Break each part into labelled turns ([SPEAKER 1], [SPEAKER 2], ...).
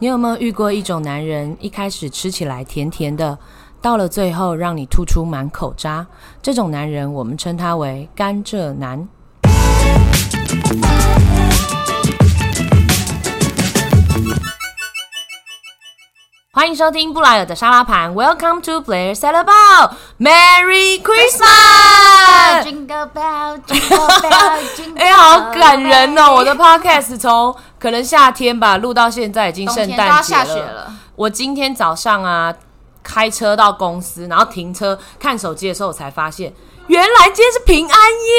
[SPEAKER 1] 你有没有遇过一种男人，一开始吃起来甜甜的，到了最后让你吐出满口渣？这种男人，我们称他为甘蔗男。欢迎收听布莱尔的沙拉盘，Welcome to Blair Salad Bowl，Merry Christmas！
[SPEAKER 2] Jingle bell, jingle bell, jingle
[SPEAKER 1] 哎、好感人哦！我的 podcast 从可能夏天吧录到现在已经
[SPEAKER 2] 冬
[SPEAKER 1] 圣
[SPEAKER 2] 天都
[SPEAKER 1] 诞
[SPEAKER 2] 要
[SPEAKER 1] 节
[SPEAKER 2] 下雪了。
[SPEAKER 1] 我今天早上啊，开车到公司，然后停车看手机的时候，我才发现原来今天是平安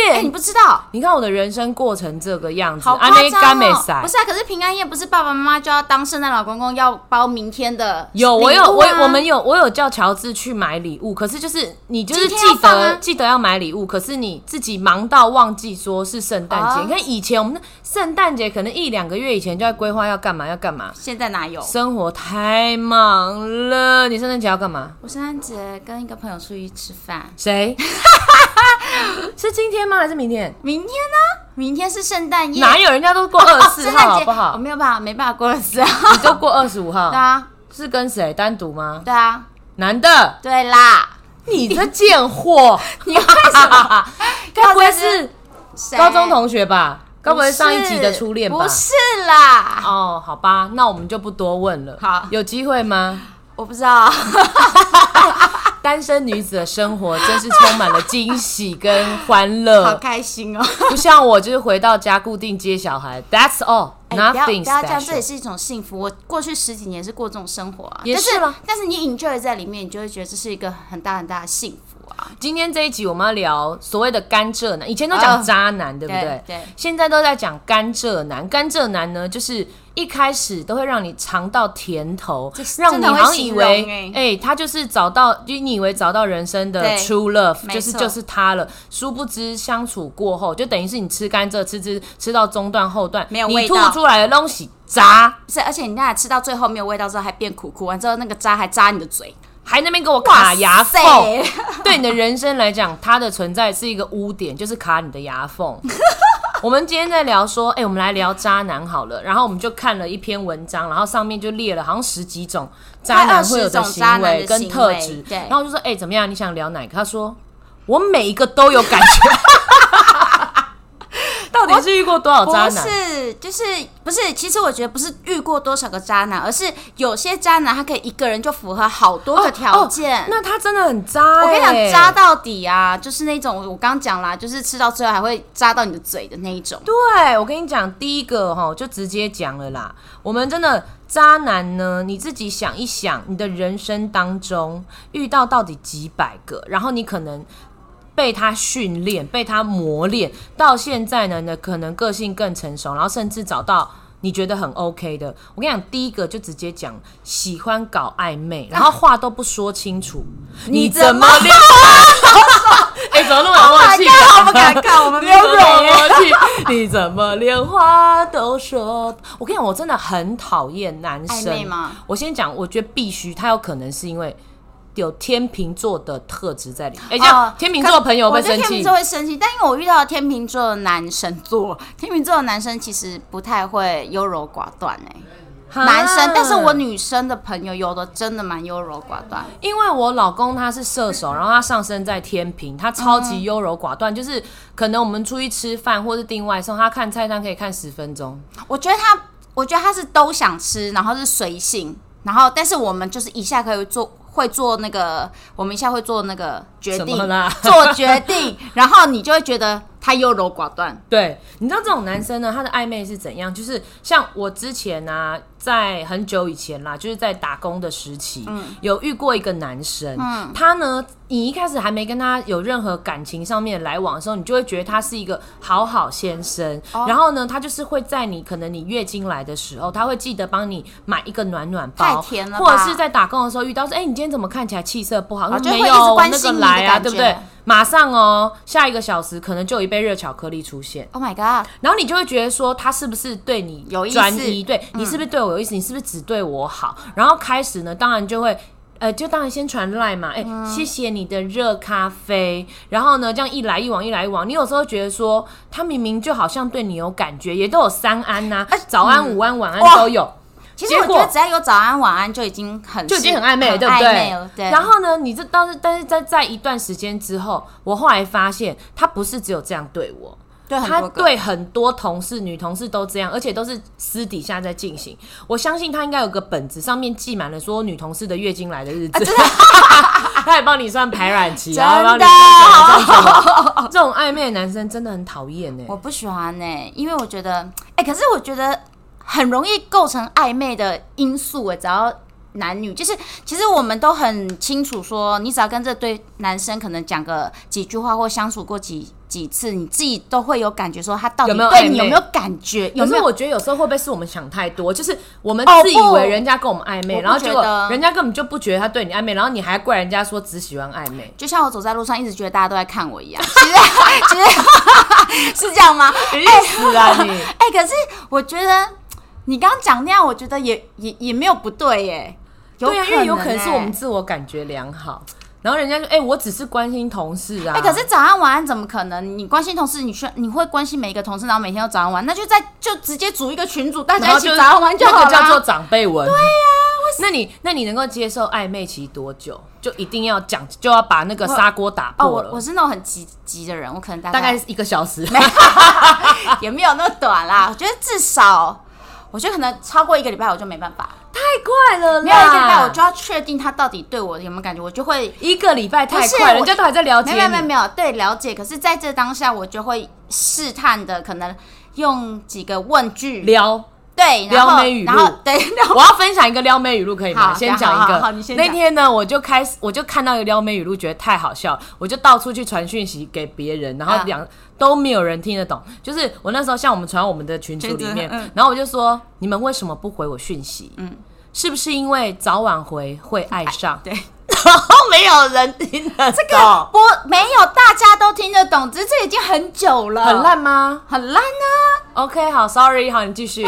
[SPEAKER 1] 夜。
[SPEAKER 2] 哎、你不知道，
[SPEAKER 1] 你看我的人生过成这个样子，
[SPEAKER 2] 好夸
[SPEAKER 1] 哎安内干
[SPEAKER 2] 张
[SPEAKER 1] 美
[SPEAKER 2] 哦！
[SPEAKER 1] 塞
[SPEAKER 2] 不。是啊，可是平安夜不是爸爸妈妈就要当圣诞老公公，要包明天的礼物
[SPEAKER 1] 有，
[SPEAKER 2] 啊、
[SPEAKER 1] 我有，我我们有，我有叫乔治去买礼物，可是就是你就是记
[SPEAKER 2] 今天要
[SPEAKER 1] 得、
[SPEAKER 2] 放啊
[SPEAKER 1] 记得要买礼物，可是你自己忙到忘记说是圣诞节。
[SPEAKER 2] 哦
[SPEAKER 1] 你看以前我们的圣诞节可能一两个月以前就在规划要干嘛要干嘛，
[SPEAKER 2] 现在哪有？
[SPEAKER 1] 生活太忙了。你圣诞节要干嘛？
[SPEAKER 2] 我圣诞节跟一个朋友出去吃饭，
[SPEAKER 1] 谁？是今天吗？还是明天？
[SPEAKER 2] 明天呢？明天是圣诞夜，
[SPEAKER 1] 哪有人家都过二
[SPEAKER 2] 哦
[SPEAKER 1] 十四
[SPEAKER 2] 圣
[SPEAKER 1] 号，
[SPEAKER 2] 诞
[SPEAKER 1] 好
[SPEAKER 2] 节
[SPEAKER 1] 不
[SPEAKER 2] 我
[SPEAKER 1] 好？
[SPEAKER 2] 没有办法，没办法过二十 号。
[SPEAKER 1] 你都过二十五号
[SPEAKER 2] 对，啊，
[SPEAKER 1] 是跟谁单独吗？
[SPEAKER 2] 对啊，
[SPEAKER 1] 男的，
[SPEAKER 2] 对啦。
[SPEAKER 1] 你这贱货，
[SPEAKER 2] 你为什么？
[SPEAKER 1] 该不会是
[SPEAKER 2] 谁
[SPEAKER 1] 高中同学吧？该不会
[SPEAKER 2] 是
[SPEAKER 1] 上一集的初恋吧
[SPEAKER 2] 不？是啦，
[SPEAKER 1] 哦，好吧，那我们就不多问了。
[SPEAKER 2] 好
[SPEAKER 1] 有机会吗？
[SPEAKER 2] 我不知道。
[SPEAKER 1] 单身女子的生活真是充满了惊喜跟欢乐，
[SPEAKER 2] 好 开心哦！
[SPEAKER 1] 不像我，就是回到家固定接小孩，That's all,
[SPEAKER 2] 哎，不要不
[SPEAKER 1] nothing
[SPEAKER 2] 要这样，这也
[SPEAKER 1] special。
[SPEAKER 2] 是一种幸福。我过去十几年是过这种生活啊，
[SPEAKER 1] 也
[SPEAKER 2] 但
[SPEAKER 1] 是啦
[SPEAKER 2] 但是你 enjoy 在里面，你就会觉得这是一个很大很大的幸福啊。
[SPEAKER 1] 今天这一集我们要聊所谓的甘蔗男，以前都讲
[SPEAKER 2] 哦
[SPEAKER 1] 渣男，对不
[SPEAKER 2] 对对
[SPEAKER 1] 现在都在讲甘蔗男。甘蔗男呢，就是一开始都会让你尝到甜头
[SPEAKER 2] 这，是
[SPEAKER 1] 让你好像以为
[SPEAKER 2] 真的会形容欸
[SPEAKER 1] 哎、他就是找到，就你以为找到人生的
[SPEAKER 2] 对
[SPEAKER 1] true love，
[SPEAKER 2] 没错
[SPEAKER 1] 就是就是他了。殊不知相处过后，就等于是你吃甘蔗，吃吃吃到中段后段，
[SPEAKER 2] 没有
[SPEAKER 1] 你
[SPEAKER 2] 味
[SPEAKER 1] 吐
[SPEAKER 2] 道
[SPEAKER 1] 出来的东西渣，
[SPEAKER 2] 不是，而且你那吃到最后没有味道之后还变苦苦，完之后那个渣还扎你的嘴，
[SPEAKER 1] 还那边给我卡牙缝。
[SPEAKER 2] 塞
[SPEAKER 1] 对你的人生来讲，它的存在是一个污点，就是卡你的牙 缝。我们今天在聊说，哎、我们来聊渣男好了。然后我们就看了一篇文章，然后上面就列了好像十几种渣男会有
[SPEAKER 2] 快20种
[SPEAKER 1] 行
[SPEAKER 2] 渣男
[SPEAKER 1] 为
[SPEAKER 2] 的
[SPEAKER 1] 跟
[SPEAKER 2] 行
[SPEAKER 1] 特
[SPEAKER 2] 为
[SPEAKER 1] 质。
[SPEAKER 2] 对
[SPEAKER 1] 然后我就说，哎、怎么样？你想聊哪个？他说，我每一个都有感 觉。到底是遇过多少渣
[SPEAKER 2] 不
[SPEAKER 1] 男？
[SPEAKER 2] 是，就是不是？其实我觉得不是遇过多少个渣男，而是有些渣男他可以一个人就符合好多个条件。
[SPEAKER 1] 哦那他真的很渣、欸。
[SPEAKER 2] 我跟你讲，渣到底啊，就是那种我刚讲啦，就是吃到最后还会扎到你的嘴的那一种。
[SPEAKER 1] 对，我跟你讲，第一个哈就直接讲了啦。我们真的渣男呢，你自己想一想，你的人生当中遇到到底几百个，然后你可能被他训练、被他磨练，到现在呢，呢可能个性更成熟，然后甚至找到。你觉得很 OK 的，我跟你讲，第一个就直接讲喜欢搞暧昧，然后话都不说清楚，
[SPEAKER 2] 你
[SPEAKER 1] 怎
[SPEAKER 2] 怎么
[SPEAKER 1] 恋爱？哎、怎么那么默契？
[SPEAKER 2] 好不敢看，啊我们
[SPEAKER 1] 没有 默契，你怎么连话都说？我跟你讲，我真的很讨厌男生。
[SPEAKER 2] 暧昧吗
[SPEAKER 1] 我先讲，我觉得必须，他有可能是因为有天秤座的特质在里面。哎、这样、
[SPEAKER 2] 哦
[SPEAKER 1] 天秤座的朋友会
[SPEAKER 2] 我觉得
[SPEAKER 1] 生
[SPEAKER 2] 天秤
[SPEAKER 1] 气
[SPEAKER 2] 座。会生气，但因为我遇到的天秤座的男生座，天秤座的男生其实不太会优柔寡断哎、
[SPEAKER 1] 哈
[SPEAKER 2] 男生，但是我女生的朋友有的真的蛮优柔寡断，
[SPEAKER 1] 因为我老公他是射手，然后他上升在天平，他超级优柔寡断，就是可能我们出去吃饭或是订外送，他看菜单可以看十分钟。
[SPEAKER 2] 我觉得他，我觉得他是都想吃，然后是随性，然后但是我们就是一下可以做。会做那个，我们一下会做那个决定
[SPEAKER 1] 怎么啦，
[SPEAKER 2] 做决 定，然后你就会觉得他优柔寡断，
[SPEAKER 1] 对，你知道这种男生呢，他的暧昧是怎样？就是像我之前啊，在很久以前啦，就是在打工的时期，
[SPEAKER 2] 嗯
[SPEAKER 1] 有遇过一个男生，他呢，你一开始还没跟他有任何感情上面的来往的时候，你就会觉得他是一个好好先生。
[SPEAKER 2] 哦
[SPEAKER 1] 然后呢，他就是会在你可能你月经来的时候，他会记得帮你买一个暖暖包，
[SPEAKER 2] 太甜了吧
[SPEAKER 1] 或者是在打工的时候遇到说，哎、你今天怎么看起来气色不好？
[SPEAKER 2] 哦就
[SPEAKER 1] 嗯没
[SPEAKER 2] 会一直
[SPEAKER 1] 有
[SPEAKER 2] 关
[SPEAKER 1] 那个
[SPEAKER 2] 心你的
[SPEAKER 1] 来啊，
[SPEAKER 2] 感
[SPEAKER 1] 对不
[SPEAKER 2] 觉
[SPEAKER 1] 对？马上哦，下一个小时可能就有一杯热巧克力出现。
[SPEAKER 2] Oh my god！
[SPEAKER 1] 然后你就会觉得说他是不是对你
[SPEAKER 2] 有意思
[SPEAKER 1] 专一，对你是
[SPEAKER 2] 嗯
[SPEAKER 1] 不是对我有意思，你是不是只对我好？然后开始呢，当然就会。呃，就当然先传赖嘛，哎、
[SPEAKER 2] 嗯
[SPEAKER 1] 谢谢你的热咖啡。然后呢，这样一来一往，一来一往，你有时候觉得说，他明明就好像对你有感觉，也都有三安呐、
[SPEAKER 2] 哎
[SPEAKER 1] 早安、午安、晚安
[SPEAKER 2] 哇
[SPEAKER 1] 都有。
[SPEAKER 2] 其实我
[SPEAKER 1] 结
[SPEAKER 2] 觉
[SPEAKER 1] 果
[SPEAKER 2] 得只要有早安晚安就已经很
[SPEAKER 1] 就已经
[SPEAKER 2] 是
[SPEAKER 1] 很暧昧了，对不
[SPEAKER 2] 很
[SPEAKER 1] 对？
[SPEAKER 2] 暧昧了对。
[SPEAKER 1] 然后呢，你这当时，但是在在一段时间之后，我后来发现他不是只有这样对我。
[SPEAKER 2] 对很
[SPEAKER 1] 他
[SPEAKER 2] 多个
[SPEAKER 1] 对很多同事、女同事都这样，而且都是私底下在进行。我相信他应该有个本子，上面记满了所有女同事的月经来的日子， 他也帮你算排卵 期，然后帮你
[SPEAKER 2] 啊真
[SPEAKER 1] 算什么
[SPEAKER 2] 的
[SPEAKER 1] 这样子。这种暧昧的男生真的很讨厌欸呢。
[SPEAKER 2] 我不喜欢呢、因为我觉得，哎、可是我觉得很容易构成暧昧的因素、欸，只要男女，就是其实我们都很清楚说，你只要跟这对男生可能讲个几句话或相处过几几次，你自己都会有感觉，说他到底
[SPEAKER 1] 有没有
[SPEAKER 2] 对
[SPEAKER 1] 暧
[SPEAKER 2] 你有
[SPEAKER 1] 昧
[SPEAKER 2] 没有感觉，有
[SPEAKER 1] 可
[SPEAKER 2] 没
[SPEAKER 1] 是
[SPEAKER 2] 有？
[SPEAKER 1] 我觉得有时候会不会是我们想太多，就是我们
[SPEAKER 2] 哦
[SPEAKER 1] 自以为
[SPEAKER 2] 不
[SPEAKER 1] 人家跟我们暧昧，
[SPEAKER 2] 我不
[SPEAKER 1] 然后结
[SPEAKER 2] 觉
[SPEAKER 1] 果
[SPEAKER 2] 得
[SPEAKER 1] 人家根本就不觉得他对你暧昧，然后你还怪人家说只喜欢暧 昧。
[SPEAKER 2] 就像我走在路上，一直觉得大家都在看我一样，其实 其实是这样吗？
[SPEAKER 1] 你去死啊 你！
[SPEAKER 2] 哎、可是我觉得你刚刚讲那样，我觉得也也也没有不对耶、有
[SPEAKER 1] 对啊，因为有可能
[SPEAKER 2] 欸
[SPEAKER 1] 是我们自我感觉良好，然后人家就哎、我只是关心同事啊。
[SPEAKER 2] 哎、可是早安晚安怎么可能？你关心同事，你去你会关心每一个同事，然后每天都早安晚安，那就在就直接组一个群组，大
[SPEAKER 1] 然
[SPEAKER 2] 家
[SPEAKER 1] 后
[SPEAKER 2] 一起早安晚安就好
[SPEAKER 1] 那
[SPEAKER 2] 了。
[SPEAKER 1] 个叫做长辈文。对呀、那你那你能够接受暧昧期多久？就一定要讲，就要把那个砂锅打
[SPEAKER 2] 哦，
[SPEAKER 1] 破
[SPEAKER 2] 我
[SPEAKER 1] 了。
[SPEAKER 2] 我是那种很急急的人，我可能大
[SPEAKER 1] 大
[SPEAKER 2] 概
[SPEAKER 1] 概一个小时，
[SPEAKER 2] 也没有那么短啦。我觉得至少，我觉得可能超过一个礼拜我就没办法，
[SPEAKER 1] 太快 了啦！
[SPEAKER 2] 没有一个礼拜我就要确定他到底对我有没有感觉，我就会
[SPEAKER 1] 一个礼拜太
[SPEAKER 2] 不是
[SPEAKER 1] 快，
[SPEAKER 2] 我
[SPEAKER 1] 人家都还在了解
[SPEAKER 2] 没
[SPEAKER 1] 你。
[SPEAKER 2] 有没有没有，对了解。可是在这当下，我就会试探的，可能用几个问句，
[SPEAKER 1] 撩，
[SPEAKER 2] 对，然
[SPEAKER 1] 撩
[SPEAKER 2] 后
[SPEAKER 1] 妹语录
[SPEAKER 2] 然后对，撩
[SPEAKER 1] 我要分享一个撩妹语录，可以吗？
[SPEAKER 2] 好
[SPEAKER 1] 先讲一
[SPEAKER 2] 好
[SPEAKER 1] 个。
[SPEAKER 2] 好好你先
[SPEAKER 1] 那
[SPEAKER 2] 讲
[SPEAKER 1] 天呢，我就开始，我就看到一个撩妹语录，觉得太好笑了，我就到处去传讯息给别人，然后
[SPEAKER 2] 啊
[SPEAKER 1] 两、都没有人听得懂。就是我那时候像我们传我们的群组里面，
[SPEAKER 2] 群组嗯
[SPEAKER 1] 然后我就说：你们为什么不回我讯息？嗯，是不是因为早晚回会爱上？
[SPEAKER 2] 对。
[SPEAKER 1] 然后没有人听得这 个
[SPEAKER 2] 不，没有，大家都听得懂，只是这已经很久了，
[SPEAKER 1] 很，烂吗
[SPEAKER 2] 很烂啊！
[SPEAKER 1] 哦？OK，好，Sorry，好，你继 续。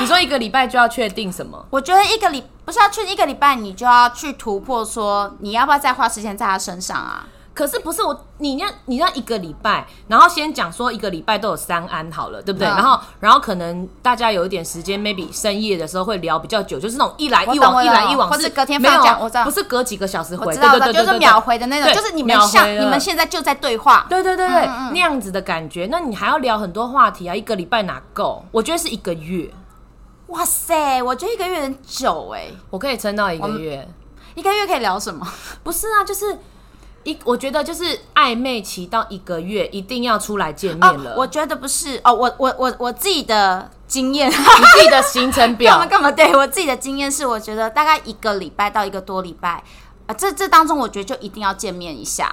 [SPEAKER 1] 你说一个礼拜就要确定什么？
[SPEAKER 2] 我觉得一个礼不是要去一个礼拜，你就要去突破说你要不要再花时间在他身上啊？
[SPEAKER 1] 可是不是我，你那你那一个礼拜，然后先讲说一个礼拜都有三安好了，对不对？
[SPEAKER 2] 嗯
[SPEAKER 1] 然后然后可能大家有一点时间，maybe 深夜的时候会聊比较久，就是那种一来
[SPEAKER 2] 我
[SPEAKER 1] 一
[SPEAKER 2] 懂我
[SPEAKER 1] 往，一
[SPEAKER 2] 懂
[SPEAKER 1] 来一往，
[SPEAKER 2] 或者隔天
[SPEAKER 1] 没有啊
[SPEAKER 2] 放假我知道
[SPEAKER 1] 不是隔几个小时回，
[SPEAKER 2] 我知道，
[SPEAKER 1] 对
[SPEAKER 2] 我知
[SPEAKER 1] 对对
[SPEAKER 2] 道，就
[SPEAKER 1] 对
[SPEAKER 2] 是秒回的那种，
[SPEAKER 1] 对
[SPEAKER 2] 就是你们
[SPEAKER 1] 秒
[SPEAKER 2] 像嗯
[SPEAKER 1] 回了
[SPEAKER 2] 你们现在就在对话，
[SPEAKER 1] 对对对对，那样子的感觉，那你还要聊很多话题啊，一个礼拜哪够？我觉得是一个月，
[SPEAKER 2] 哇塞，我觉得一个月很久哎、
[SPEAKER 1] 我可以撑到一个月。
[SPEAKER 2] 一个月可以聊什么？
[SPEAKER 1] 不是啊，就是一，我觉得就是暧昧期到一个月，一定要出来见面了。
[SPEAKER 2] 哦我觉得不是哦，我我我我自己的经验。
[SPEAKER 1] 你自己的行程
[SPEAKER 2] 干
[SPEAKER 1] 表
[SPEAKER 2] 嘛，干嘛？对我自己的经验是，我觉得大概一个礼拜到一个多礼拜，啊、这这当中我觉得就一定要见面一下，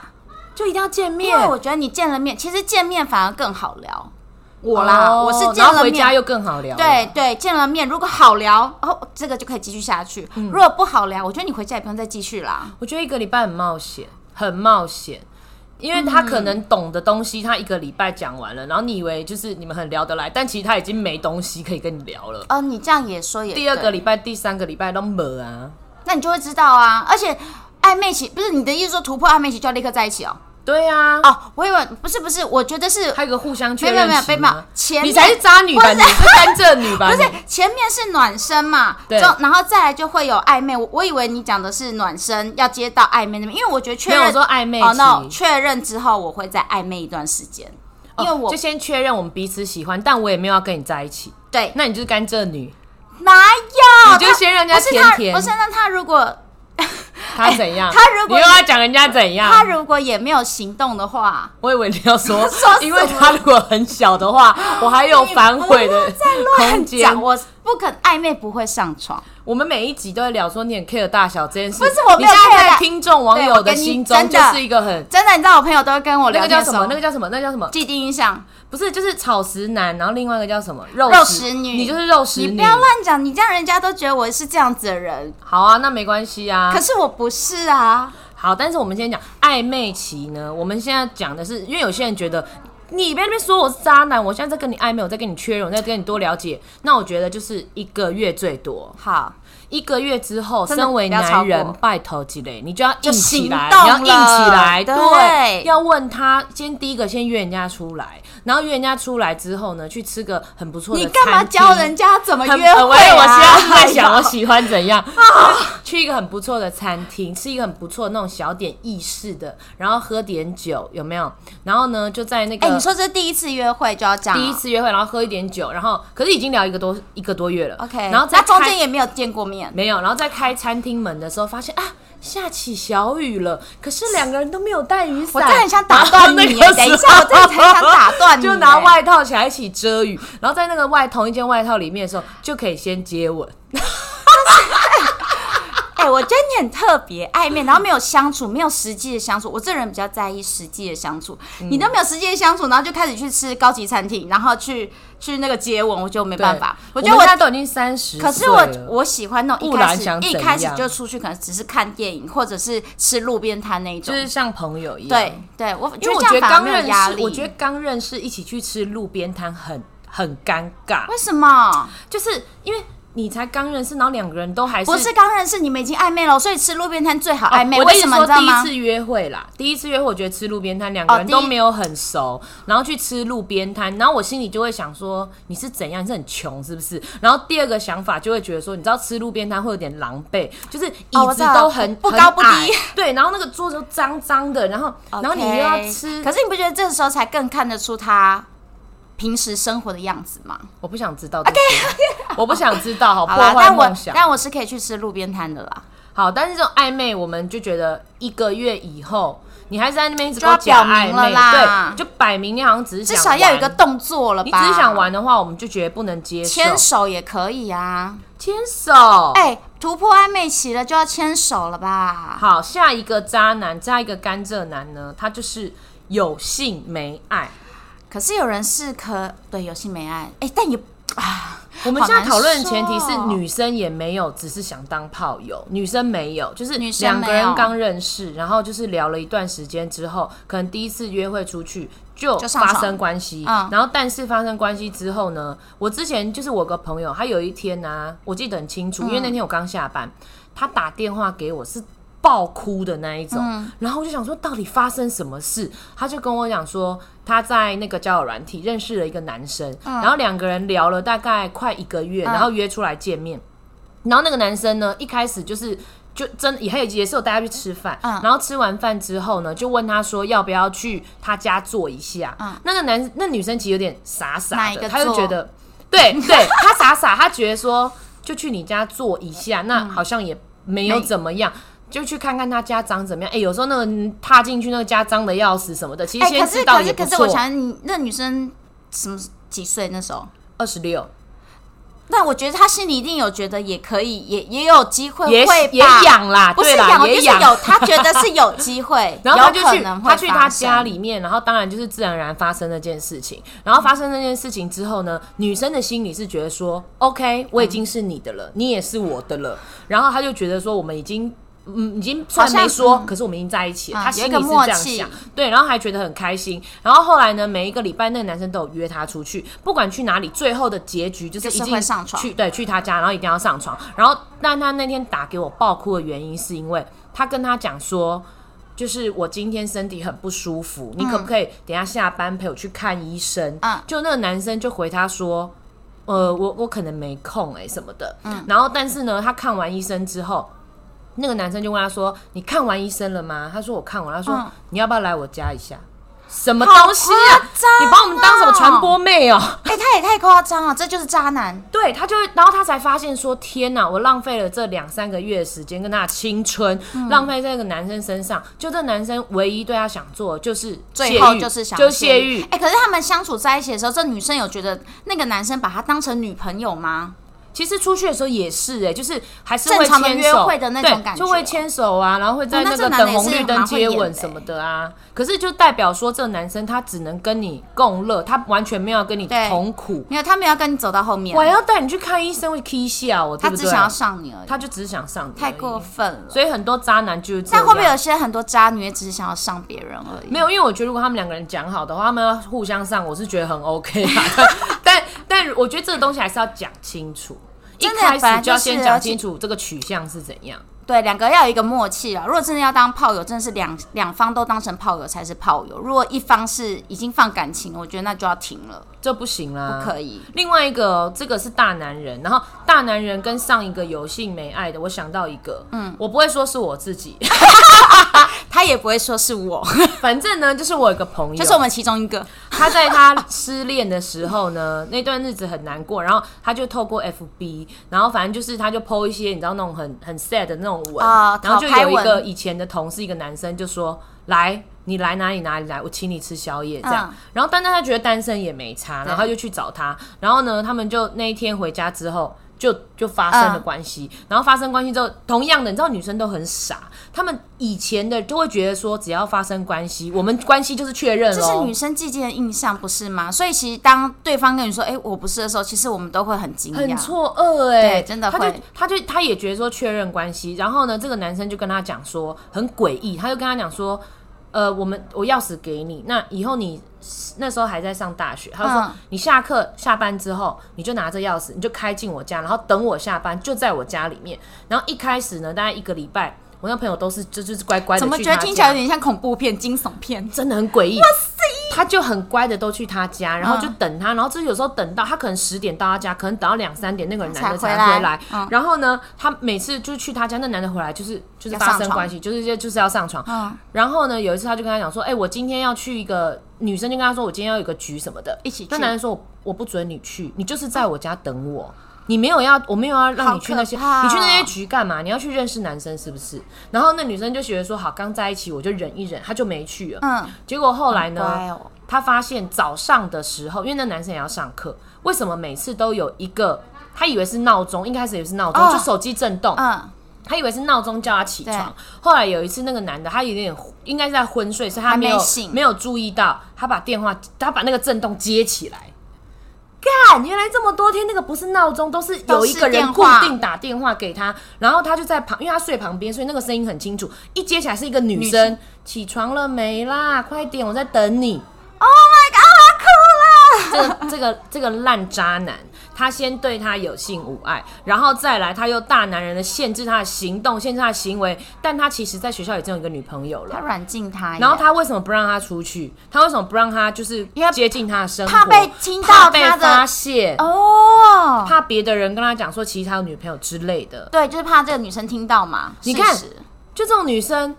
[SPEAKER 1] 就一定要见
[SPEAKER 2] 因
[SPEAKER 1] 面
[SPEAKER 2] 为。我觉得你见了面，其实见面反而更好聊。我啦，
[SPEAKER 1] 哦
[SPEAKER 2] 我是见
[SPEAKER 1] 然后
[SPEAKER 2] 了
[SPEAKER 1] 回家
[SPEAKER 2] 面，
[SPEAKER 1] 又更好聊。
[SPEAKER 2] 对，对，见了面如果好聊，哦，这个就可以继续下去；如果不好聊，我觉得你回家也不用再继续啦。
[SPEAKER 1] 我觉得一个礼拜很冒险，很冒险，因为他可能懂的东西，他一个礼拜讲完了，然后你以为就是你们很聊得来，但其实他已经没东西可以跟你聊了。
[SPEAKER 2] 哦，你这样也说也
[SPEAKER 1] 第二个
[SPEAKER 2] 对，
[SPEAKER 1] 礼拜、第三个礼拜都没啊。
[SPEAKER 2] 那你就会知道啊。而且暧昧期不是你的意思说突破暧昧期就要立刻在一起哦？
[SPEAKER 1] 对啊，
[SPEAKER 2] 哦，我以为不是不是，我觉得是
[SPEAKER 1] 还有个互相确
[SPEAKER 2] 没有没
[SPEAKER 1] 认
[SPEAKER 2] 有哎没有
[SPEAKER 1] 期
[SPEAKER 2] 没有
[SPEAKER 1] 吗
[SPEAKER 2] 前
[SPEAKER 1] 你
[SPEAKER 2] 面
[SPEAKER 1] 才是渣女吧？你是甘蔗女吧？
[SPEAKER 2] 不是
[SPEAKER 1] 你
[SPEAKER 2] 前面是暖身嘛，
[SPEAKER 1] 啊对
[SPEAKER 2] 就然后再来就会有暧昧。我我以为你讲的是暖身要接到暧昧那边，因为我觉得确
[SPEAKER 1] 没有
[SPEAKER 2] 认
[SPEAKER 1] 我说暧昧
[SPEAKER 2] 哦、no，
[SPEAKER 1] 期
[SPEAKER 2] 确认之后我会再暧昧一段时间，因为我、
[SPEAKER 1] 哦就先确认我们彼此喜欢，但我也没有要跟你在一起，
[SPEAKER 2] 对
[SPEAKER 1] 那你就是甘蔗女，
[SPEAKER 2] 哪有？
[SPEAKER 1] 你就先让人家
[SPEAKER 2] 不是他
[SPEAKER 1] 甜甜啊
[SPEAKER 2] 不是那他如果
[SPEAKER 1] 她怎样？
[SPEAKER 2] 她哎如果
[SPEAKER 1] 你又要讲人家怎样？
[SPEAKER 2] 他如果也没有行动的话，
[SPEAKER 1] 我以为你要 说，
[SPEAKER 2] 说什么
[SPEAKER 1] 因为他如果很小的话， 我还有反悔的空间
[SPEAKER 2] 讲。我不肯暧昧不会上床，
[SPEAKER 1] 我们每一集都会聊说你很 care 大小这件事，
[SPEAKER 2] 不是我
[SPEAKER 1] 你
[SPEAKER 2] 没有
[SPEAKER 1] 现在
[SPEAKER 2] care
[SPEAKER 1] 在
[SPEAKER 2] 大
[SPEAKER 1] 听众网友的心
[SPEAKER 2] 对
[SPEAKER 1] 中
[SPEAKER 2] 我跟你
[SPEAKER 1] 就
[SPEAKER 2] 真的
[SPEAKER 1] 是一个很
[SPEAKER 2] 真的，你知道我朋友都会跟我
[SPEAKER 1] 那
[SPEAKER 2] 聊
[SPEAKER 1] 个
[SPEAKER 2] 天
[SPEAKER 1] 叫
[SPEAKER 2] 的
[SPEAKER 1] 什
[SPEAKER 2] 时
[SPEAKER 1] 么
[SPEAKER 2] 候，
[SPEAKER 1] 那个叫什么那个叫什么，
[SPEAKER 2] 既定印象，
[SPEAKER 1] 不是就是草食男，然后另外一个叫什么肉
[SPEAKER 2] 肉
[SPEAKER 1] 食
[SPEAKER 2] 食女
[SPEAKER 1] 你就是肉食
[SPEAKER 2] 你
[SPEAKER 1] 女。
[SPEAKER 2] 不要乱讲，你这样人家都觉得我是这样子的人，
[SPEAKER 1] 好啊，那没关系啊
[SPEAKER 2] 可。是我不是啊。
[SPEAKER 1] 好，但是我们先讲暧昧期呢，我们现在讲的是，因为有些人觉得你别那边说我是渣男，我现在在跟你暧昧，我在跟你确认，我在跟你多了解，那我觉得就是一个月最多，
[SPEAKER 2] 好，
[SPEAKER 1] 一个月之后，
[SPEAKER 2] 真的
[SPEAKER 1] 身为
[SPEAKER 2] 不要超
[SPEAKER 1] 男人
[SPEAKER 2] 过，
[SPEAKER 1] 拜托积累，你就要硬起来，
[SPEAKER 2] 就行
[SPEAKER 1] 你要硬
[SPEAKER 2] 动
[SPEAKER 1] 起来，
[SPEAKER 2] 了对
[SPEAKER 1] 要问他，先第一个先约人家出来，然后约人家出来之后呢，去吃个很不错的
[SPEAKER 2] 你
[SPEAKER 1] 餐
[SPEAKER 2] 干嘛教
[SPEAKER 1] 厅
[SPEAKER 2] 人家怎么
[SPEAKER 1] 很
[SPEAKER 2] 约
[SPEAKER 1] 呃
[SPEAKER 2] 会
[SPEAKER 1] 我也我现
[SPEAKER 2] 啊？
[SPEAKER 1] 在是在想我喜欢怎样
[SPEAKER 2] 啊
[SPEAKER 1] 去一个很不错的餐厅，吃一个很不错的那种小点意式的，然后喝点酒，有没有？然后呢，就在那
[SPEAKER 2] 哎、
[SPEAKER 1] 个
[SPEAKER 2] 你说这啊是第一次约会就要这样、
[SPEAKER 1] 第一。次约会，然后喝一点酒，然后可是已经聊一个多一个多月了
[SPEAKER 2] OK，
[SPEAKER 1] 然后
[SPEAKER 2] 那
[SPEAKER 1] 在
[SPEAKER 2] 中间也没有见过面，
[SPEAKER 1] 没有，然后在开餐厅门的时候发现啊。下起小雨了，可是两个人都没有带雨伞。
[SPEAKER 2] 我真的很想打断你
[SPEAKER 1] 然后那个
[SPEAKER 2] 等一
[SPEAKER 1] 时
[SPEAKER 2] 下我真的
[SPEAKER 1] 候
[SPEAKER 2] 很想打断 你
[SPEAKER 1] 就拿外套起来一起遮雨，然后在那个外同一件外套里面的时候，就可以先接吻。
[SPEAKER 2] 哎、我觉得你很特别，暧昧，然后没有相处，没有实际的相处。我这人比较在意实际的相处，你都没有实际的相处，然后就开始去吃高级餐厅，然后去去那个接吻，我就没办法。
[SPEAKER 1] 我
[SPEAKER 2] 我觉得
[SPEAKER 1] 们
[SPEAKER 2] 我
[SPEAKER 1] 现在都已经三十，
[SPEAKER 2] 可是我我喜欢那种一
[SPEAKER 1] 不
[SPEAKER 2] 开
[SPEAKER 1] 然
[SPEAKER 2] 始
[SPEAKER 1] 想
[SPEAKER 2] 一
[SPEAKER 1] 怎
[SPEAKER 2] 开始
[SPEAKER 1] 样
[SPEAKER 2] 就出去，可能只是看电影或者是吃路边摊那一
[SPEAKER 1] 就
[SPEAKER 2] 种。
[SPEAKER 1] 是像朋友一样，
[SPEAKER 2] 对，对，我
[SPEAKER 1] 因为我
[SPEAKER 2] 这样
[SPEAKER 1] 觉得
[SPEAKER 2] 反而
[SPEAKER 1] 刚
[SPEAKER 2] 没有
[SPEAKER 1] 认
[SPEAKER 2] 压
[SPEAKER 1] 识，
[SPEAKER 2] 力。
[SPEAKER 1] 我觉得刚认识一起去吃路边摊很很尴尬，
[SPEAKER 2] 为什么
[SPEAKER 1] 就是因为你才刚认识，然后两个人都还是
[SPEAKER 2] 不是刚认识你们已经暧昧了，所以吃路边摊最好
[SPEAKER 1] 哦
[SPEAKER 2] 暧昧？
[SPEAKER 1] 我的
[SPEAKER 2] 哎为
[SPEAKER 1] 意思
[SPEAKER 2] 什么
[SPEAKER 1] 说
[SPEAKER 2] 你知道
[SPEAKER 1] 第一
[SPEAKER 2] 吗？哦
[SPEAKER 1] 次约会啦，第一次约会我觉得吃路边摊，两个人
[SPEAKER 2] 第一
[SPEAKER 1] 都没有很熟，然后去吃路边摊，然后我心里就会想说你是怎样，你是很穷是不是？然后第二个想法就会觉得说，你知道吃路边摊会有点狼狈，就是
[SPEAKER 2] 哦
[SPEAKER 1] 椅
[SPEAKER 2] 我
[SPEAKER 1] 子
[SPEAKER 2] 知道
[SPEAKER 1] 都很、
[SPEAKER 2] 不
[SPEAKER 1] 很
[SPEAKER 2] 高不低
[SPEAKER 1] 矮对，然后那个桌子都脏脏的，然后然后你又要
[SPEAKER 2] OK
[SPEAKER 1] 吃，
[SPEAKER 2] 可是你不觉得这时候才更看得出他平时生活的样子吗？
[SPEAKER 1] 我不想知道这些我不想知道，好破
[SPEAKER 2] 好啦，
[SPEAKER 1] 坏
[SPEAKER 2] 但
[SPEAKER 1] 梦
[SPEAKER 2] 我
[SPEAKER 1] 想。
[SPEAKER 2] 但我是可以去吃路边摊的啦，
[SPEAKER 1] 好，但是这种暧昧，我们就觉得一个月以后，你还是在那边一直
[SPEAKER 2] 就
[SPEAKER 1] 跟我
[SPEAKER 2] 要
[SPEAKER 1] 讲
[SPEAKER 2] 表
[SPEAKER 1] 暧
[SPEAKER 2] 明了
[SPEAKER 1] 昧，
[SPEAKER 2] 啦
[SPEAKER 1] 对，就摆明你好像只是
[SPEAKER 2] 至
[SPEAKER 1] 想
[SPEAKER 2] 少要有
[SPEAKER 1] 玩
[SPEAKER 2] 一个动作了吧？
[SPEAKER 1] 你只是想，玩的话，我们就觉得不能接受。
[SPEAKER 2] 牵手也可以啊。
[SPEAKER 1] 牵手，
[SPEAKER 2] 哎、突破暧昧期了就要牵手了吧？
[SPEAKER 1] 好，下一个渣男，下一个甘蔗男呢？他就是有性没爱。
[SPEAKER 2] 可是有人是可对有性没爱，哎、但也啊，
[SPEAKER 1] 我们
[SPEAKER 2] 好
[SPEAKER 1] 现在
[SPEAKER 2] 难
[SPEAKER 1] 讨论的前提
[SPEAKER 2] 说
[SPEAKER 1] 是
[SPEAKER 2] 哦
[SPEAKER 1] 女生也没有，只是想当炮友，女生没有，就是
[SPEAKER 2] 女生
[SPEAKER 1] 两个
[SPEAKER 2] 没有
[SPEAKER 1] 人刚认识，然后就是聊了一段时间之后，可能第一次约会出去就
[SPEAKER 2] 就上
[SPEAKER 1] 发
[SPEAKER 2] 床
[SPEAKER 1] 生关系，
[SPEAKER 2] 嗯
[SPEAKER 1] 然后但是发生关系之后呢，我之前就是我有个朋友，他有一天呢、我记得很清楚，因为那天我刚下班，他打电话给我是。爆哭的那一种，然后我就想说，到底发生什么事？他就跟我讲说，他在那个交友软体认识了一个男生，然后两个人聊了大概快一个月，然后约出来见面。然后那个男生呢，一开始就是就真也还有也是有带他去吃饭，
[SPEAKER 2] 嗯
[SPEAKER 1] 然后吃完饭之后呢，就问他说要不要去他家坐一下。那个男那女生其实有点傻傻
[SPEAKER 2] 嗯哪一
[SPEAKER 1] 的，
[SPEAKER 2] 个
[SPEAKER 1] 她就
[SPEAKER 2] 坐
[SPEAKER 1] 觉得，对对，她傻傻，她觉得说就去你家坐一下，
[SPEAKER 2] 嗯
[SPEAKER 1] 那好像也没有
[SPEAKER 2] 没
[SPEAKER 1] 怎么样。就去看看他家长怎么样。哎、有时候那个踏进去，那个家脏的要死什么的，其实
[SPEAKER 2] 哎、
[SPEAKER 1] 先
[SPEAKER 2] 可是
[SPEAKER 1] 知道
[SPEAKER 2] 可
[SPEAKER 1] 也
[SPEAKER 2] 是
[SPEAKER 1] 不
[SPEAKER 2] 可是，我
[SPEAKER 1] 错。
[SPEAKER 2] 想你那女生什么几岁那时候？
[SPEAKER 1] 二十六
[SPEAKER 2] 那我觉得他心里一定有觉得也可以，也也有机会
[SPEAKER 1] 也
[SPEAKER 2] 呃会吧？
[SPEAKER 1] 也痒啦，
[SPEAKER 2] 不
[SPEAKER 1] 对
[SPEAKER 2] 是
[SPEAKER 1] 啦
[SPEAKER 2] 养，就
[SPEAKER 1] 也
[SPEAKER 2] 是
[SPEAKER 1] 痒，
[SPEAKER 2] 有他觉得是有机 会
[SPEAKER 1] 然后他就
[SPEAKER 2] 有可
[SPEAKER 1] 去
[SPEAKER 2] 能会
[SPEAKER 1] 他去他
[SPEAKER 2] 发生
[SPEAKER 1] 家，里面，然后当然就是自然而然发生那件事情。然后发生那件事情之后呢，女生的心里是觉得说，OK，我已经是你的
[SPEAKER 2] 嗯
[SPEAKER 1] 了，你也是我的了。然后他就觉得说，我们已经。嗯，已经虽然
[SPEAKER 2] 好像
[SPEAKER 1] 没说，
[SPEAKER 2] 嗯
[SPEAKER 1] 可是我们已经在一起了。
[SPEAKER 2] 嗯
[SPEAKER 1] 他心里
[SPEAKER 2] 有一
[SPEAKER 1] 是
[SPEAKER 2] 个
[SPEAKER 1] 这样
[SPEAKER 2] 默契
[SPEAKER 1] 想，对，然后还觉得很开心。然后后来呢，每一个礼拜那个男生都有约她出去，不管去哪里，最后的结局就是
[SPEAKER 2] 就是
[SPEAKER 1] 一定
[SPEAKER 2] 会上床
[SPEAKER 1] 去对，去他家，然后一定要上床。然后，但他那天打给我爆哭的原因，是因为他跟他讲说，就是我今天身体很不舒服，你可不可以等一下下班陪我去看医生？
[SPEAKER 2] 嗯
[SPEAKER 1] 就那个男生就回他说，呃，我我可能没空哎、什么的。
[SPEAKER 2] 嗯
[SPEAKER 1] 然后但是呢，他看完医生之后。那个男生就问他说：“你看完医生了吗？”他说：“我看完。”他说：“
[SPEAKER 2] 嗯
[SPEAKER 1] 你要不要来我家一下？”什么
[SPEAKER 2] 好
[SPEAKER 1] 东西啊
[SPEAKER 2] 夸张！
[SPEAKER 1] 你把我们当什么传播妹哦、
[SPEAKER 2] 哎、他也太夸张了，这就是渣男。
[SPEAKER 1] 对他就会，然后他才发现说，天哪，我浪费了这两三个月的时间跟他的青春，浪费在这个男生身上。就这男生唯一对他想做的就是
[SPEAKER 2] 最
[SPEAKER 1] 泄
[SPEAKER 2] 后
[SPEAKER 1] 欲
[SPEAKER 2] 就是想
[SPEAKER 1] 就
[SPEAKER 2] 泄
[SPEAKER 1] 泄欲，
[SPEAKER 2] 哎、可是他们相处在一起的时候，这女生有觉得那个男生把她当成女朋友吗？
[SPEAKER 1] 其实出去的时候也是、欸，哎，就是还是会
[SPEAKER 2] 正常的
[SPEAKER 1] 牵
[SPEAKER 2] 约
[SPEAKER 1] 手
[SPEAKER 2] 会的那种
[SPEAKER 1] 对
[SPEAKER 2] 感
[SPEAKER 1] 就
[SPEAKER 2] 觉
[SPEAKER 1] 会
[SPEAKER 2] 哦
[SPEAKER 1] 牵手啊，然后会在
[SPEAKER 2] 哦那
[SPEAKER 1] 那
[SPEAKER 2] 这
[SPEAKER 1] 个
[SPEAKER 2] 男的
[SPEAKER 1] 等
[SPEAKER 2] 也
[SPEAKER 1] 红
[SPEAKER 2] 是
[SPEAKER 1] 绿灯
[SPEAKER 2] 蛮会
[SPEAKER 1] 接
[SPEAKER 2] 演
[SPEAKER 1] 吻
[SPEAKER 2] 的
[SPEAKER 1] 什
[SPEAKER 2] 欸
[SPEAKER 1] 么的啊。可是就代表说，这个男生他只能跟你共乐，他完全没有跟你
[SPEAKER 2] 对
[SPEAKER 1] 同苦。
[SPEAKER 2] 没有，他没有要跟你走到后面啊
[SPEAKER 1] 我，还要带你去看医生，会 k 笑我，
[SPEAKER 2] 他
[SPEAKER 1] 对不
[SPEAKER 2] 只
[SPEAKER 1] 对
[SPEAKER 2] 想要上你而已，
[SPEAKER 1] 他就只是想上你而已，
[SPEAKER 2] 太过分了。
[SPEAKER 1] 所以很多渣男就是这
[SPEAKER 2] 但
[SPEAKER 1] 样。
[SPEAKER 2] 会不会有些很多渣女也只是想要上别人而已？
[SPEAKER 1] 没有，因为我觉得如果他们两个人讲好的话，他们要互相上，我是觉得很 OK 啊。但但我觉得这个东西还是要讲清楚，一
[SPEAKER 2] 真的
[SPEAKER 1] 开
[SPEAKER 2] 本来
[SPEAKER 1] 始
[SPEAKER 2] 就
[SPEAKER 1] 要
[SPEAKER 2] 是
[SPEAKER 1] 先
[SPEAKER 2] 而
[SPEAKER 1] 讲
[SPEAKER 2] 且
[SPEAKER 1] 清楚这个取向是怎样。
[SPEAKER 2] 对，两个要有一个默契啦。如果真的要当炮友，真的是两两方都当成炮友才是炮友。如果一方是已经放感情，我觉得那就要停了，
[SPEAKER 1] 这不行啦，
[SPEAKER 2] 不可以。
[SPEAKER 1] 另外一个哦、这个是大男人，然后大男人跟上一个有性没爱的，我想到一个，嗯，我不会说是我自己，
[SPEAKER 2] 他也不会说是我，
[SPEAKER 1] 反正呢，就是我有一个朋友，
[SPEAKER 2] 就是我们其中一个。
[SPEAKER 1] 他在他失恋的时候呢， 那段日子很难过，然后他就透过 FB，然后反正就是他就 PO 一些你知道那种很很 sad 的那种文，
[SPEAKER 2] 啊
[SPEAKER 1] 然后就
[SPEAKER 2] 讨拍
[SPEAKER 1] 有一
[SPEAKER 2] 文
[SPEAKER 1] 个以前的同事，一个男生就说来。你来哪里哪里来，我请你吃宵夜这样。
[SPEAKER 2] 嗯
[SPEAKER 1] 然后，但是他觉得单身也没差，然后他就去找他。然后呢，他们就那一天回家之后，就就发生了
[SPEAKER 2] 嗯
[SPEAKER 1] 关系。然后发生关系之后，同样的，你知道女生都很傻，他们以前的就会觉得说，只要发生关系，我们关系就是哦确认了。
[SPEAKER 2] 这是女生既定的印象，不是吗？所以其实当对方跟你说“哎、我不是”的时候，其实我们都会很惊
[SPEAKER 1] 很
[SPEAKER 2] 讶。
[SPEAKER 1] 错愕哎、
[SPEAKER 2] 对真的
[SPEAKER 1] 他就
[SPEAKER 2] 会
[SPEAKER 1] 他就他也觉得说确认关系，然后呢，这个男生就跟他讲说很诡异，他就跟他讲说，呃，我们我钥匙给你，那以后你那时候还在上大学，他就说、
[SPEAKER 2] 嗯
[SPEAKER 1] 你下课下班之后，你就拿着钥匙，你就开进我家，然后等我下班，就在我家里面。然后一开始呢，大概一个礼拜，我那朋友都是就就是乖乖的，
[SPEAKER 2] 怎么觉得听起来有点像恐怖片、惊悚 片？
[SPEAKER 1] 真的很诡异。他就很乖的都去他家，然后
[SPEAKER 2] 嗯
[SPEAKER 1] 就等他，然后就是有时候等到他可能十点到他家，可能等到两三点那个人男的才
[SPEAKER 2] 才
[SPEAKER 1] 回
[SPEAKER 2] 回
[SPEAKER 1] 来。
[SPEAKER 2] 来嗯
[SPEAKER 1] 然后呢，他每次就是去他家，那男的回来就是就是
[SPEAKER 2] 要
[SPEAKER 1] 发
[SPEAKER 2] 上
[SPEAKER 1] 生
[SPEAKER 2] 床
[SPEAKER 1] 关系，就是就就是要上床。
[SPEAKER 2] 嗯，
[SPEAKER 1] 然后呢，有一次他就跟他讲说：“哎、我今天要去一个女生，就跟他说我今天要有一个局什么的，
[SPEAKER 2] 一起去
[SPEAKER 1] 那男人说我：“我不准你去，你就是在我家等我。”你没有要，我没有要让你去那些，
[SPEAKER 2] 好可怕哦
[SPEAKER 1] 你去那些局干嘛？你要去认识男生是不是？然后那女生就觉得说，好，刚在一起我就忍一忍，她就没去了。
[SPEAKER 2] 嗯，
[SPEAKER 1] 结果后来呢，
[SPEAKER 2] 乖哦
[SPEAKER 1] 他发现早上的时候，因为那男生也要上课，为什么每次都有一个？他以为是闹钟，一开始也是闹钟，
[SPEAKER 2] 哦
[SPEAKER 1] 就手机震动，
[SPEAKER 2] 嗯，
[SPEAKER 1] 他以为是闹钟叫他起床
[SPEAKER 2] 对。
[SPEAKER 1] 后来有一次，那个男的他有点应该是在昏睡，所以他
[SPEAKER 2] 还没
[SPEAKER 1] 没有
[SPEAKER 2] 醒
[SPEAKER 1] 有注意到，他把电话他把那个震动接起来。干，原来这么多天那个不是闹钟，都是有一个人
[SPEAKER 2] 都是电
[SPEAKER 1] 固
[SPEAKER 2] 话
[SPEAKER 1] 定打电话给他，然后他就在旁，因为他睡旁边，所以那个声音很清楚。一接起来是一个女
[SPEAKER 2] 女
[SPEAKER 1] 生，起床了没啦？快点，我在等你。这个这个这个烂渣男，他先对他有性无爱，然后再来他又大男人的限制他的行动，限制他的行为，但他其实在学校已经有一个女朋友
[SPEAKER 2] 他
[SPEAKER 1] 了。
[SPEAKER 2] 软禁他耶，
[SPEAKER 1] 然后他为什么不让他出去？他为什么不让他就是
[SPEAKER 2] 因为
[SPEAKER 1] 接近他的生活？
[SPEAKER 2] 怕被听到
[SPEAKER 1] 怕被
[SPEAKER 2] 他的
[SPEAKER 1] 发现，
[SPEAKER 2] 哦，
[SPEAKER 1] 怕别的人跟他讲说其实他有女朋友之类的。
[SPEAKER 2] 对，就是怕这个女生听到嘛。
[SPEAKER 1] 你看
[SPEAKER 2] 事实
[SPEAKER 1] 就这种女生，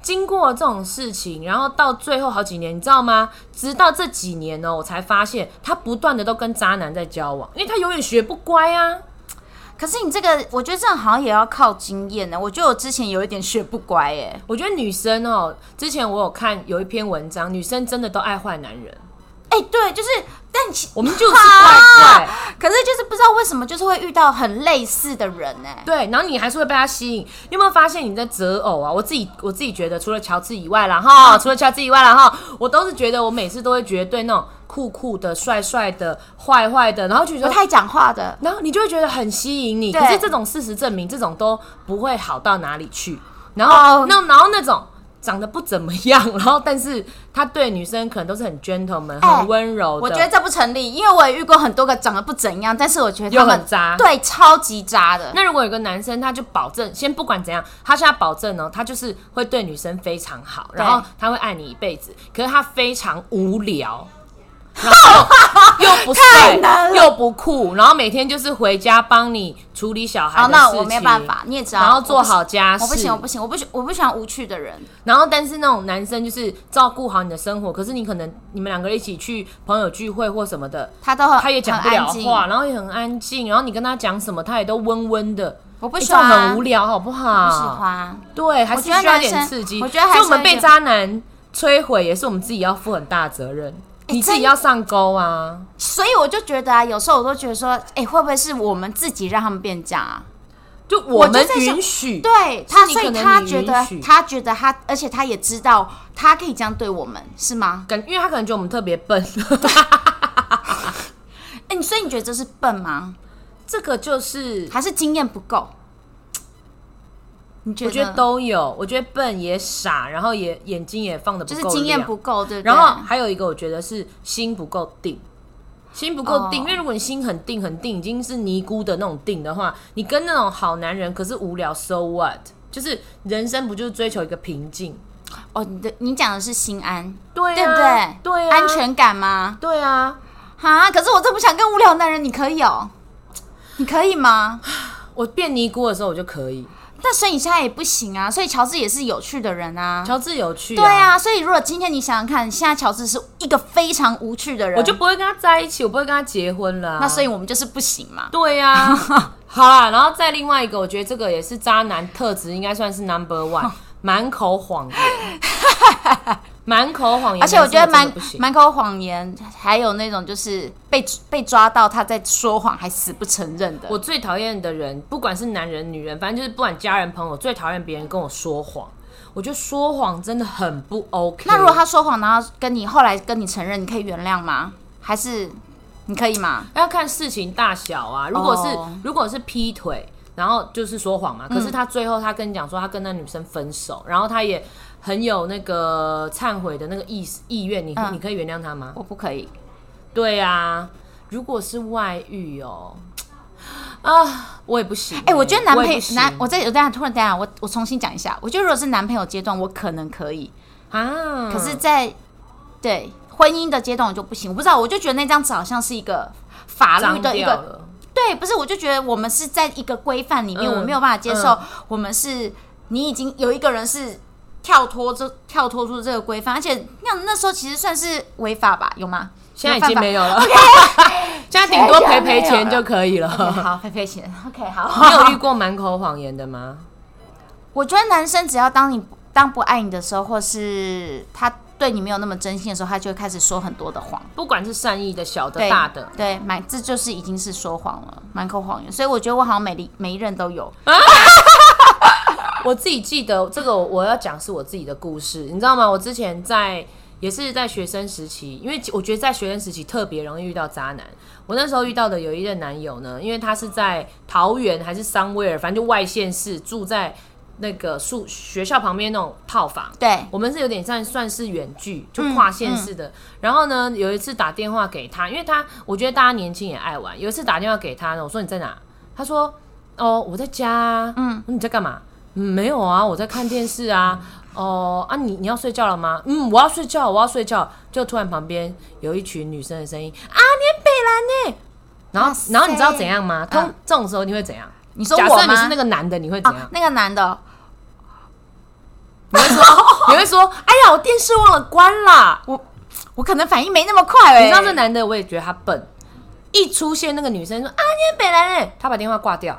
[SPEAKER 1] 经过这种事情，然后到最后好几年，你知道吗？直到这几年呢、我才发现她不断的都跟渣男在交往，因为她永远学不乖啊。
[SPEAKER 2] 可是你这个，我觉得这样好像也要靠经验呢。我觉得我之前有一点学不乖耶，
[SPEAKER 1] 我觉得女生哦，之前我有看有一篇文章，女生真的都爱坏男人，
[SPEAKER 2] 哎、对，就是，但其啊
[SPEAKER 1] 我们就是怪怪，
[SPEAKER 2] 可是就是不知道为什么，就是会遇到很类似的人呢。
[SPEAKER 1] 对，然后你还是会被他吸引。你有没有发现你在择偶啊？我自己我自己觉得，除了乔治以外啦，哈，除了乔治以外啦，哈，我都是觉得我每次都会觉得对那种酷酷的、帅帅的、坏坏的，然后就觉
[SPEAKER 2] 不
[SPEAKER 1] 得。
[SPEAKER 2] 太讲话的，
[SPEAKER 1] 然后你就会觉得很吸引你。
[SPEAKER 2] 对
[SPEAKER 1] 可是这种事实证明，这种都不会好到哪里去。然后，
[SPEAKER 2] 哦
[SPEAKER 1] 那、然后那种长得不怎么样，然后但是他对女生可能都是很 gentleman、
[SPEAKER 2] 哎
[SPEAKER 1] 很温柔的。
[SPEAKER 2] 我觉得这不成立，因为我也遇过很多个长得不怎样，但是我觉得他
[SPEAKER 1] 又
[SPEAKER 2] 们
[SPEAKER 1] 很渣
[SPEAKER 2] 对，超级渣的。
[SPEAKER 1] 那如果有个男生，他就保证，先不管怎样，他现在保证呢，他就是会对女生非常好，
[SPEAKER 2] 对
[SPEAKER 1] 然后他会爱你一辈子。可是他非常无 聊，然后又不帅
[SPEAKER 2] 太难，了
[SPEAKER 1] 又不酷，然后每天就是回家帮你处理小孩
[SPEAKER 2] 好，
[SPEAKER 1] 的事
[SPEAKER 2] 哦那
[SPEAKER 1] 情，
[SPEAKER 2] 我没有办法，你也知道，
[SPEAKER 1] 然后
[SPEAKER 2] 我不
[SPEAKER 1] 做
[SPEAKER 2] 喜
[SPEAKER 1] 好家事。
[SPEAKER 2] 我不行，我不行，我不喜，我不喜欢无趣的人。
[SPEAKER 1] 然后，但是那种男生就是照顾好你的生活，可是你可能你们两个一起去朋友聚会或什么的，
[SPEAKER 2] 他都很
[SPEAKER 1] 他也讲不
[SPEAKER 2] 哦很
[SPEAKER 1] 了
[SPEAKER 2] 安静
[SPEAKER 1] 话，然后也很安静，然后你跟他讲什么，他也都温温的，
[SPEAKER 2] 我不
[SPEAKER 1] 诶
[SPEAKER 2] 喜
[SPEAKER 1] 这样
[SPEAKER 2] 欢，啊
[SPEAKER 1] 很无聊，好啊不好？
[SPEAKER 2] 不喜欢。
[SPEAKER 1] 对，还是需要一点刺激。
[SPEAKER 2] 我觉得男生我觉得还是
[SPEAKER 1] 所以我们被渣男摧毁，也是我们自己要负很大的责任。你自己要上钩啊。
[SPEAKER 2] 所以我就觉得啊，有时候我都觉得说，哎、会不会是我们自己让他们变这样啊？
[SPEAKER 1] 就我
[SPEAKER 2] 我
[SPEAKER 1] 们
[SPEAKER 2] 就在想
[SPEAKER 1] 允许，
[SPEAKER 2] 对啊他，
[SPEAKER 1] 你
[SPEAKER 2] 所以
[SPEAKER 1] 可能
[SPEAKER 2] 他
[SPEAKER 1] 你
[SPEAKER 2] 觉
[SPEAKER 1] 允
[SPEAKER 2] 得
[SPEAKER 1] 许
[SPEAKER 2] 他觉得他，而且他也知道他可以这样对我们，是吗？
[SPEAKER 1] 感，因为他可能觉得我们特别笨，
[SPEAKER 2] 哎、你所以你觉得这是笨吗？
[SPEAKER 1] 这个就是
[SPEAKER 2] 还是经验不够？你觉
[SPEAKER 1] 我
[SPEAKER 2] 得？
[SPEAKER 1] 觉得都有，我觉得笨也傻，然后也眼睛也放的不
[SPEAKER 2] 就
[SPEAKER 1] 够
[SPEAKER 2] 是
[SPEAKER 1] 亮，
[SPEAKER 2] 经验不够，对不对？
[SPEAKER 1] 然后还有一个，我觉得是心不够定，心不够定，因
[SPEAKER 2] 哦
[SPEAKER 1] 为如果你心很定很定，已经是尼姑的那种定的话，你跟那种好男人可是无聊，so what？就是人生不就是追求一个平静，
[SPEAKER 2] 哦，你的你讲的是心安，
[SPEAKER 1] 对啊，
[SPEAKER 2] 对不对？
[SPEAKER 1] 对啊，
[SPEAKER 2] 安，全感吗？
[SPEAKER 1] 对啊。
[SPEAKER 2] 哈，可是我真不想跟无聊男人，你可以哦，你可以吗？
[SPEAKER 1] 我变尼姑的时候我就可以，
[SPEAKER 2] 但所以你现在也不行啊，所以乔治也是有趣的人啊。
[SPEAKER 1] 乔治有趣、
[SPEAKER 2] 对，啊，所以如果今天你想想看，现在乔治是一个非常无趣的人，
[SPEAKER 1] 我就不会跟他在一起，我不会跟他结婚了啊、
[SPEAKER 2] 那所以我们就是不行嘛。
[SPEAKER 1] 对 呀、好啦，然后再另外一个，我觉得这个也是渣男特质，应该算是 number one，满
[SPEAKER 2] 哦
[SPEAKER 1] 口谎言， 满口谎言，
[SPEAKER 2] 而且我觉得
[SPEAKER 1] 男生
[SPEAKER 2] 满
[SPEAKER 1] 真的不行。
[SPEAKER 2] 满口谎言，还有那种就是被被抓到他在说谎还死不承认的。
[SPEAKER 1] 我最讨厌的人，不管是男人、女人，反正就是不管家人、朋友，最讨厌别人跟我说谎。我觉得说谎真的很不 OK。
[SPEAKER 2] 那如果他说谎，然后跟你后来跟你承认，你可以原谅吗？还是你可以吗？
[SPEAKER 1] 要看事情大小啊。如果是、
[SPEAKER 2] 哦嗯
[SPEAKER 1] 如果是劈腿，然后就是说谎嘛。可是他最后他跟你讲说他跟那女生分手，然后他也很有那个忏悔的那个意思意愿，你、
[SPEAKER 2] 嗯
[SPEAKER 1] 你可以原谅他吗？
[SPEAKER 2] 我不可以。
[SPEAKER 1] 对啊，如果是外遇哦，啊，我也不行欸、
[SPEAKER 2] 哎、我觉得男
[SPEAKER 1] 我也
[SPEAKER 2] 朋
[SPEAKER 1] 不行
[SPEAKER 2] 男，我这我等一下突然等一下，我我重新讲一下。我觉得如果是男朋友阶段，我可能可以，
[SPEAKER 1] 啊，
[SPEAKER 2] 可是在，对婚姻的阶段我就不行。我不知道，我就觉得那张纸好像是一个法律
[SPEAKER 1] 脏
[SPEAKER 2] 的一
[SPEAKER 1] 掉
[SPEAKER 2] 个
[SPEAKER 1] 了。
[SPEAKER 2] 对，不是，我就觉得我们是在一个规范里面，
[SPEAKER 1] 嗯
[SPEAKER 2] 我没有办法接受，我们是你已经有一个人是跳脱这跳脱出这个规范，而且那那时候其实算是违法吧，有吗？
[SPEAKER 1] 现在已
[SPEAKER 2] 犯
[SPEAKER 1] 经
[SPEAKER 2] 法
[SPEAKER 1] 没有 了，现在顶多赔赔钱就可以
[SPEAKER 2] OK，
[SPEAKER 1] 了。
[SPEAKER 2] 好，菲菲钱，OK，
[SPEAKER 1] 你 有
[SPEAKER 2] 好。
[SPEAKER 1] 遇过满口谎言的吗？
[SPEAKER 2] 我觉得男生只要当你当不爱你的时候，或是他对你没有那么真心的时候，他就会开始说很多的谎。
[SPEAKER 1] 不管是善意的、小的、
[SPEAKER 2] 对
[SPEAKER 1] 大的，
[SPEAKER 2] 对，满这就是已经是说谎了，满口谎言。所以我觉得我好像每一每一任都有。
[SPEAKER 1] 我自己记得这个，我要讲是我自己的故事，你知道吗？我之前在也是在学生时期，因为我觉得在学生时期特别容易遇到渣男。我那时候遇到的有一任男友呢，因为他是在桃园还是 somewhere，反正就外县市，住在那个宿学校旁边那种套房。
[SPEAKER 2] 对，
[SPEAKER 1] 我们是有点算算是远距，就跨县市
[SPEAKER 2] 嗯
[SPEAKER 1] 的。然后呢，有一次打电话给他，因为他我觉得大家年轻也爱玩。有一次打电话给他呢，我说你在哪？他说哦我在家、啊。嗯，你在干嘛？嗯，没有啊，我在看电视啊。哦啊，你你要睡觉了吗？嗯，我要睡觉，我要睡觉。就突然旁边有一群女生的声音啊，你很北兰呢。然
[SPEAKER 2] 哇
[SPEAKER 1] 后
[SPEAKER 2] 塞
[SPEAKER 1] 然后你知道怎样吗？通、
[SPEAKER 2] 嗯
[SPEAKER 1] 这种时候你会怎样？
[SPEAKER 2] 你说
[SPEAKER 1] 假
[SPEAKER 2] 我
[SPEAKER 1] 设你
[SPEAKER 2] 吗
[SPEAKER 1] 是那个男的，你会怎样
[SPEAKER 2] 啊，？那个男的，
[SPEAKER 1] 你会说你会说，哎呀，我电视忘了关啦。
[SPEAKER 2] 我可能反应没那么快、欸。
[SPEAKER 1] 你知道这男的，我也觉得他笨。一出现那个女生说啊，你很北南人，他把电话挂掉。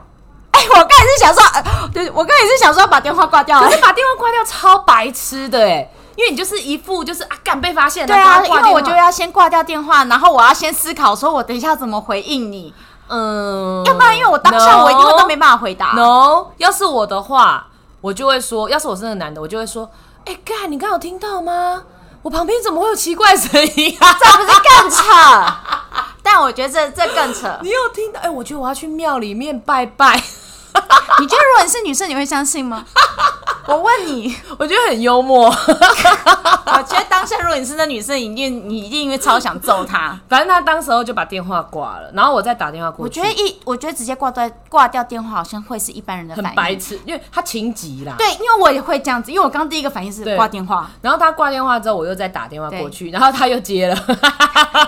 [SPEAKER 2] 哎、我刚才是想说，呃对，我刚才是想说要把电话挂掉、
[SPEAKER 1] 可
[SPEAKER 2] 哎
[SPEAKER 1] 是把电话挂掉超白痴的哎、因为你就是一副就是啊，敢被发现了，
[SPEAKER 2] 对啊，
[SPEAKER 1] 赶快
[SPEAKER 2] 因
[SPEAKER 1] 挂
[SPEAKER 2] 为我
[SPEAKER 1] 电
[SPEAKER 2] 就
[SPEAKER 1] 话
[SPEAKER 2] 要先挂掉电话，然后我要先思考，说我等一下怎么回应你，
[SPEAKER 1] 嗯，
[SPEAKER 2] 要不然因为我当下我一定会
[SPEAKER 1] no
[SPEAKER 2] 都没办法回答。
[SPEAKER 1] no，要是我的话，我就会说，要是我是那个男的，我就会说，哎、干，你刚有听到吗？我旁边怎么会有奇怪声音啊？
[SPEAKER 2] 这不是更扯？但我觉得这这更扯。
[SPEAKER 1] 你有听到？哎、我觉得我要去庙里面拜拜，
[SPEAKER 2] 你觉得如果你是女生，你会相信吗？我问你，
[SPEAKER 1] 我觉得很幽默。
[SPEAKER 2] 我觉得当下如果你是那女生，你一定你一定会超想揍她。
[SPEAKER 1] 反正他当时候就把电话挂了，然后我再打电话过
[SPEAKER 2] 我
[SPEAKER 1] 去。
[SPEAKER 2] 觉得一，我觉得直接挂断挂掉电话，好像会是一般人的
[SPEAKER 1] 很
[SPEAKER 2] 反应。
[SPEAKER 1] 白痴，因为他情急啦。
[SPEAKER 2] 对，因为我也会这样子，因为我刚刚第一个反应
[SPEAKER 1] 对
[SPEAKER 2] 是挂电话，
[SPEAKER 1] 然后他挂电话之后，我又再打电话过去，然后他又接了，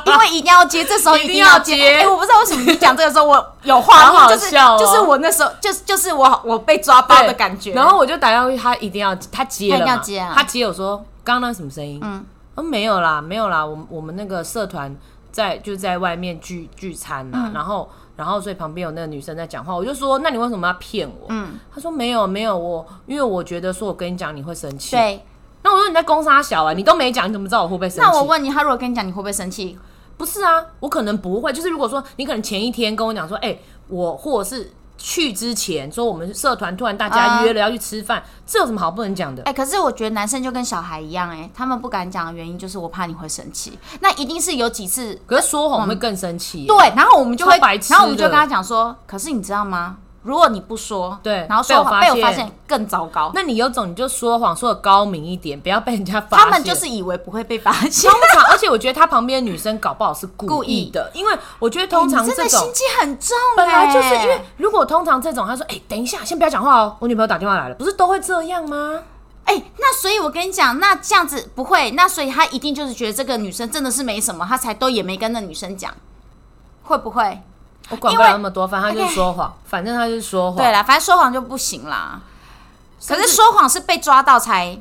[SPEAKER 2] 因为一定要接，这 时候
[SPEAKER 1] 一定
[SPEAKER 2] 定
[SPEAKER 1] 要
[SPEAKER 2] 接。
[SPEAKER 1] 接
[SPEAKER 2] 哎、我不知道为什么你讲这个时候我有画
[SPEAKER 1] 好好
[SPEAKER 2] 面，就是
[SPEAKER 1] 笑哦
[SPEAKER 2] 就是我那时候就是就是我我被抓包的感觉。
[SPEAKER 1] 对然后我就打电话过去，他一定要他接了嘛，
[SPEAKER 2] 他一定要接啊
[SPEAKER 1] 他接我说刚刚那什么声音？嗯，哦没有啦，没有啦，我们我们那个社团在就在外面聚聚餐
[SPEAKER 2] 嗯
[SPEAKER 1] 啦，然后。然后，所以旁边有那个女生在讲话，我就说：“那你为什么要骗我？”嗯，他说：“没有，没有，我因为我觉得说我跟你讲你会生气。”
[SPEAKER 2] 对，
[SPEAKER 1] 那我说你在攻杀小啊，你都没讲，你怎么知道我会不会生气？
[SPEAKER 2] 那我问你，他如果跟你讲，你会不会生气？
[SPEAKER 1] 不是啊，我可能不会。就是如果说你可能前一天跟我讲说，哎、我或者是去之前说我们社团突然大家
[SPEAKER 2] 啊
[SPEAKER 1] 约了要去吃饭，这有什么好不能讲的？
[SPEAKER 2] 哎、可是我觉得男生就跟小孩一样、哎，他们不敢讲的原因就是我怕你会生气。那一定是有几次
[SPEAKER 1] 可是说谎会更生气耶、
[SPEAKER 2] 对，然后我们就会
[SPEAKER 1] 超白，痴的
[SPEAKER 2] 然后我们就跟他讲说，可是你知道吗？如果你不说，
[SPEAKER 1] 对
[SPEAKER 2] 然后说谎
[SPEAKER 1] 被
[SPEAKER 2] 被
[SPEAKER 1] 我
[SPEAKER 2] 我
[SPEAKER 1] 发
[SPEAKER 2] 发
[SPEAKER 1] 现
[SPEAKER 2] 现更糟糕。
[SPEAKER 1] 那你有种你就说谎，说的高明一点，不要被人家发现。
[SPEAKER 2] 他们就是以为不会被发现
[SPEAKER 1] 通，常， 而且我觉得他旁边的女生搞不好是故意的，因为我觉得通常
[SPEAKER 2] 哎你真
[SPEAKER 1] 这
[SPEAKER 2] 的
[SPEAKER 1] 种
[SPEAKER 2] 心。机很重、哎
[SPEAKER 1] 本来就是因为，如果通常这种，他说：“哎、等一下，先不要讲话哦，我女朋友打电话来了。”不是都会这样吗？
[SPEAKER 2] 哎、那所以我跟你讲，那这样子不会，那所以他一定就是觉得这个女生真的是没什么，他才都也没跟那女生讲，会不会？
[SPEAKER 1] 我管不了那么多，反正他就是说谎，反正他就是说谎。
[SPEAKER 2] 对啦，反正说谎就不行啦。可
[SPEAKER 1] 甚至
[SPEAKER 2] 是说谎是被抓到才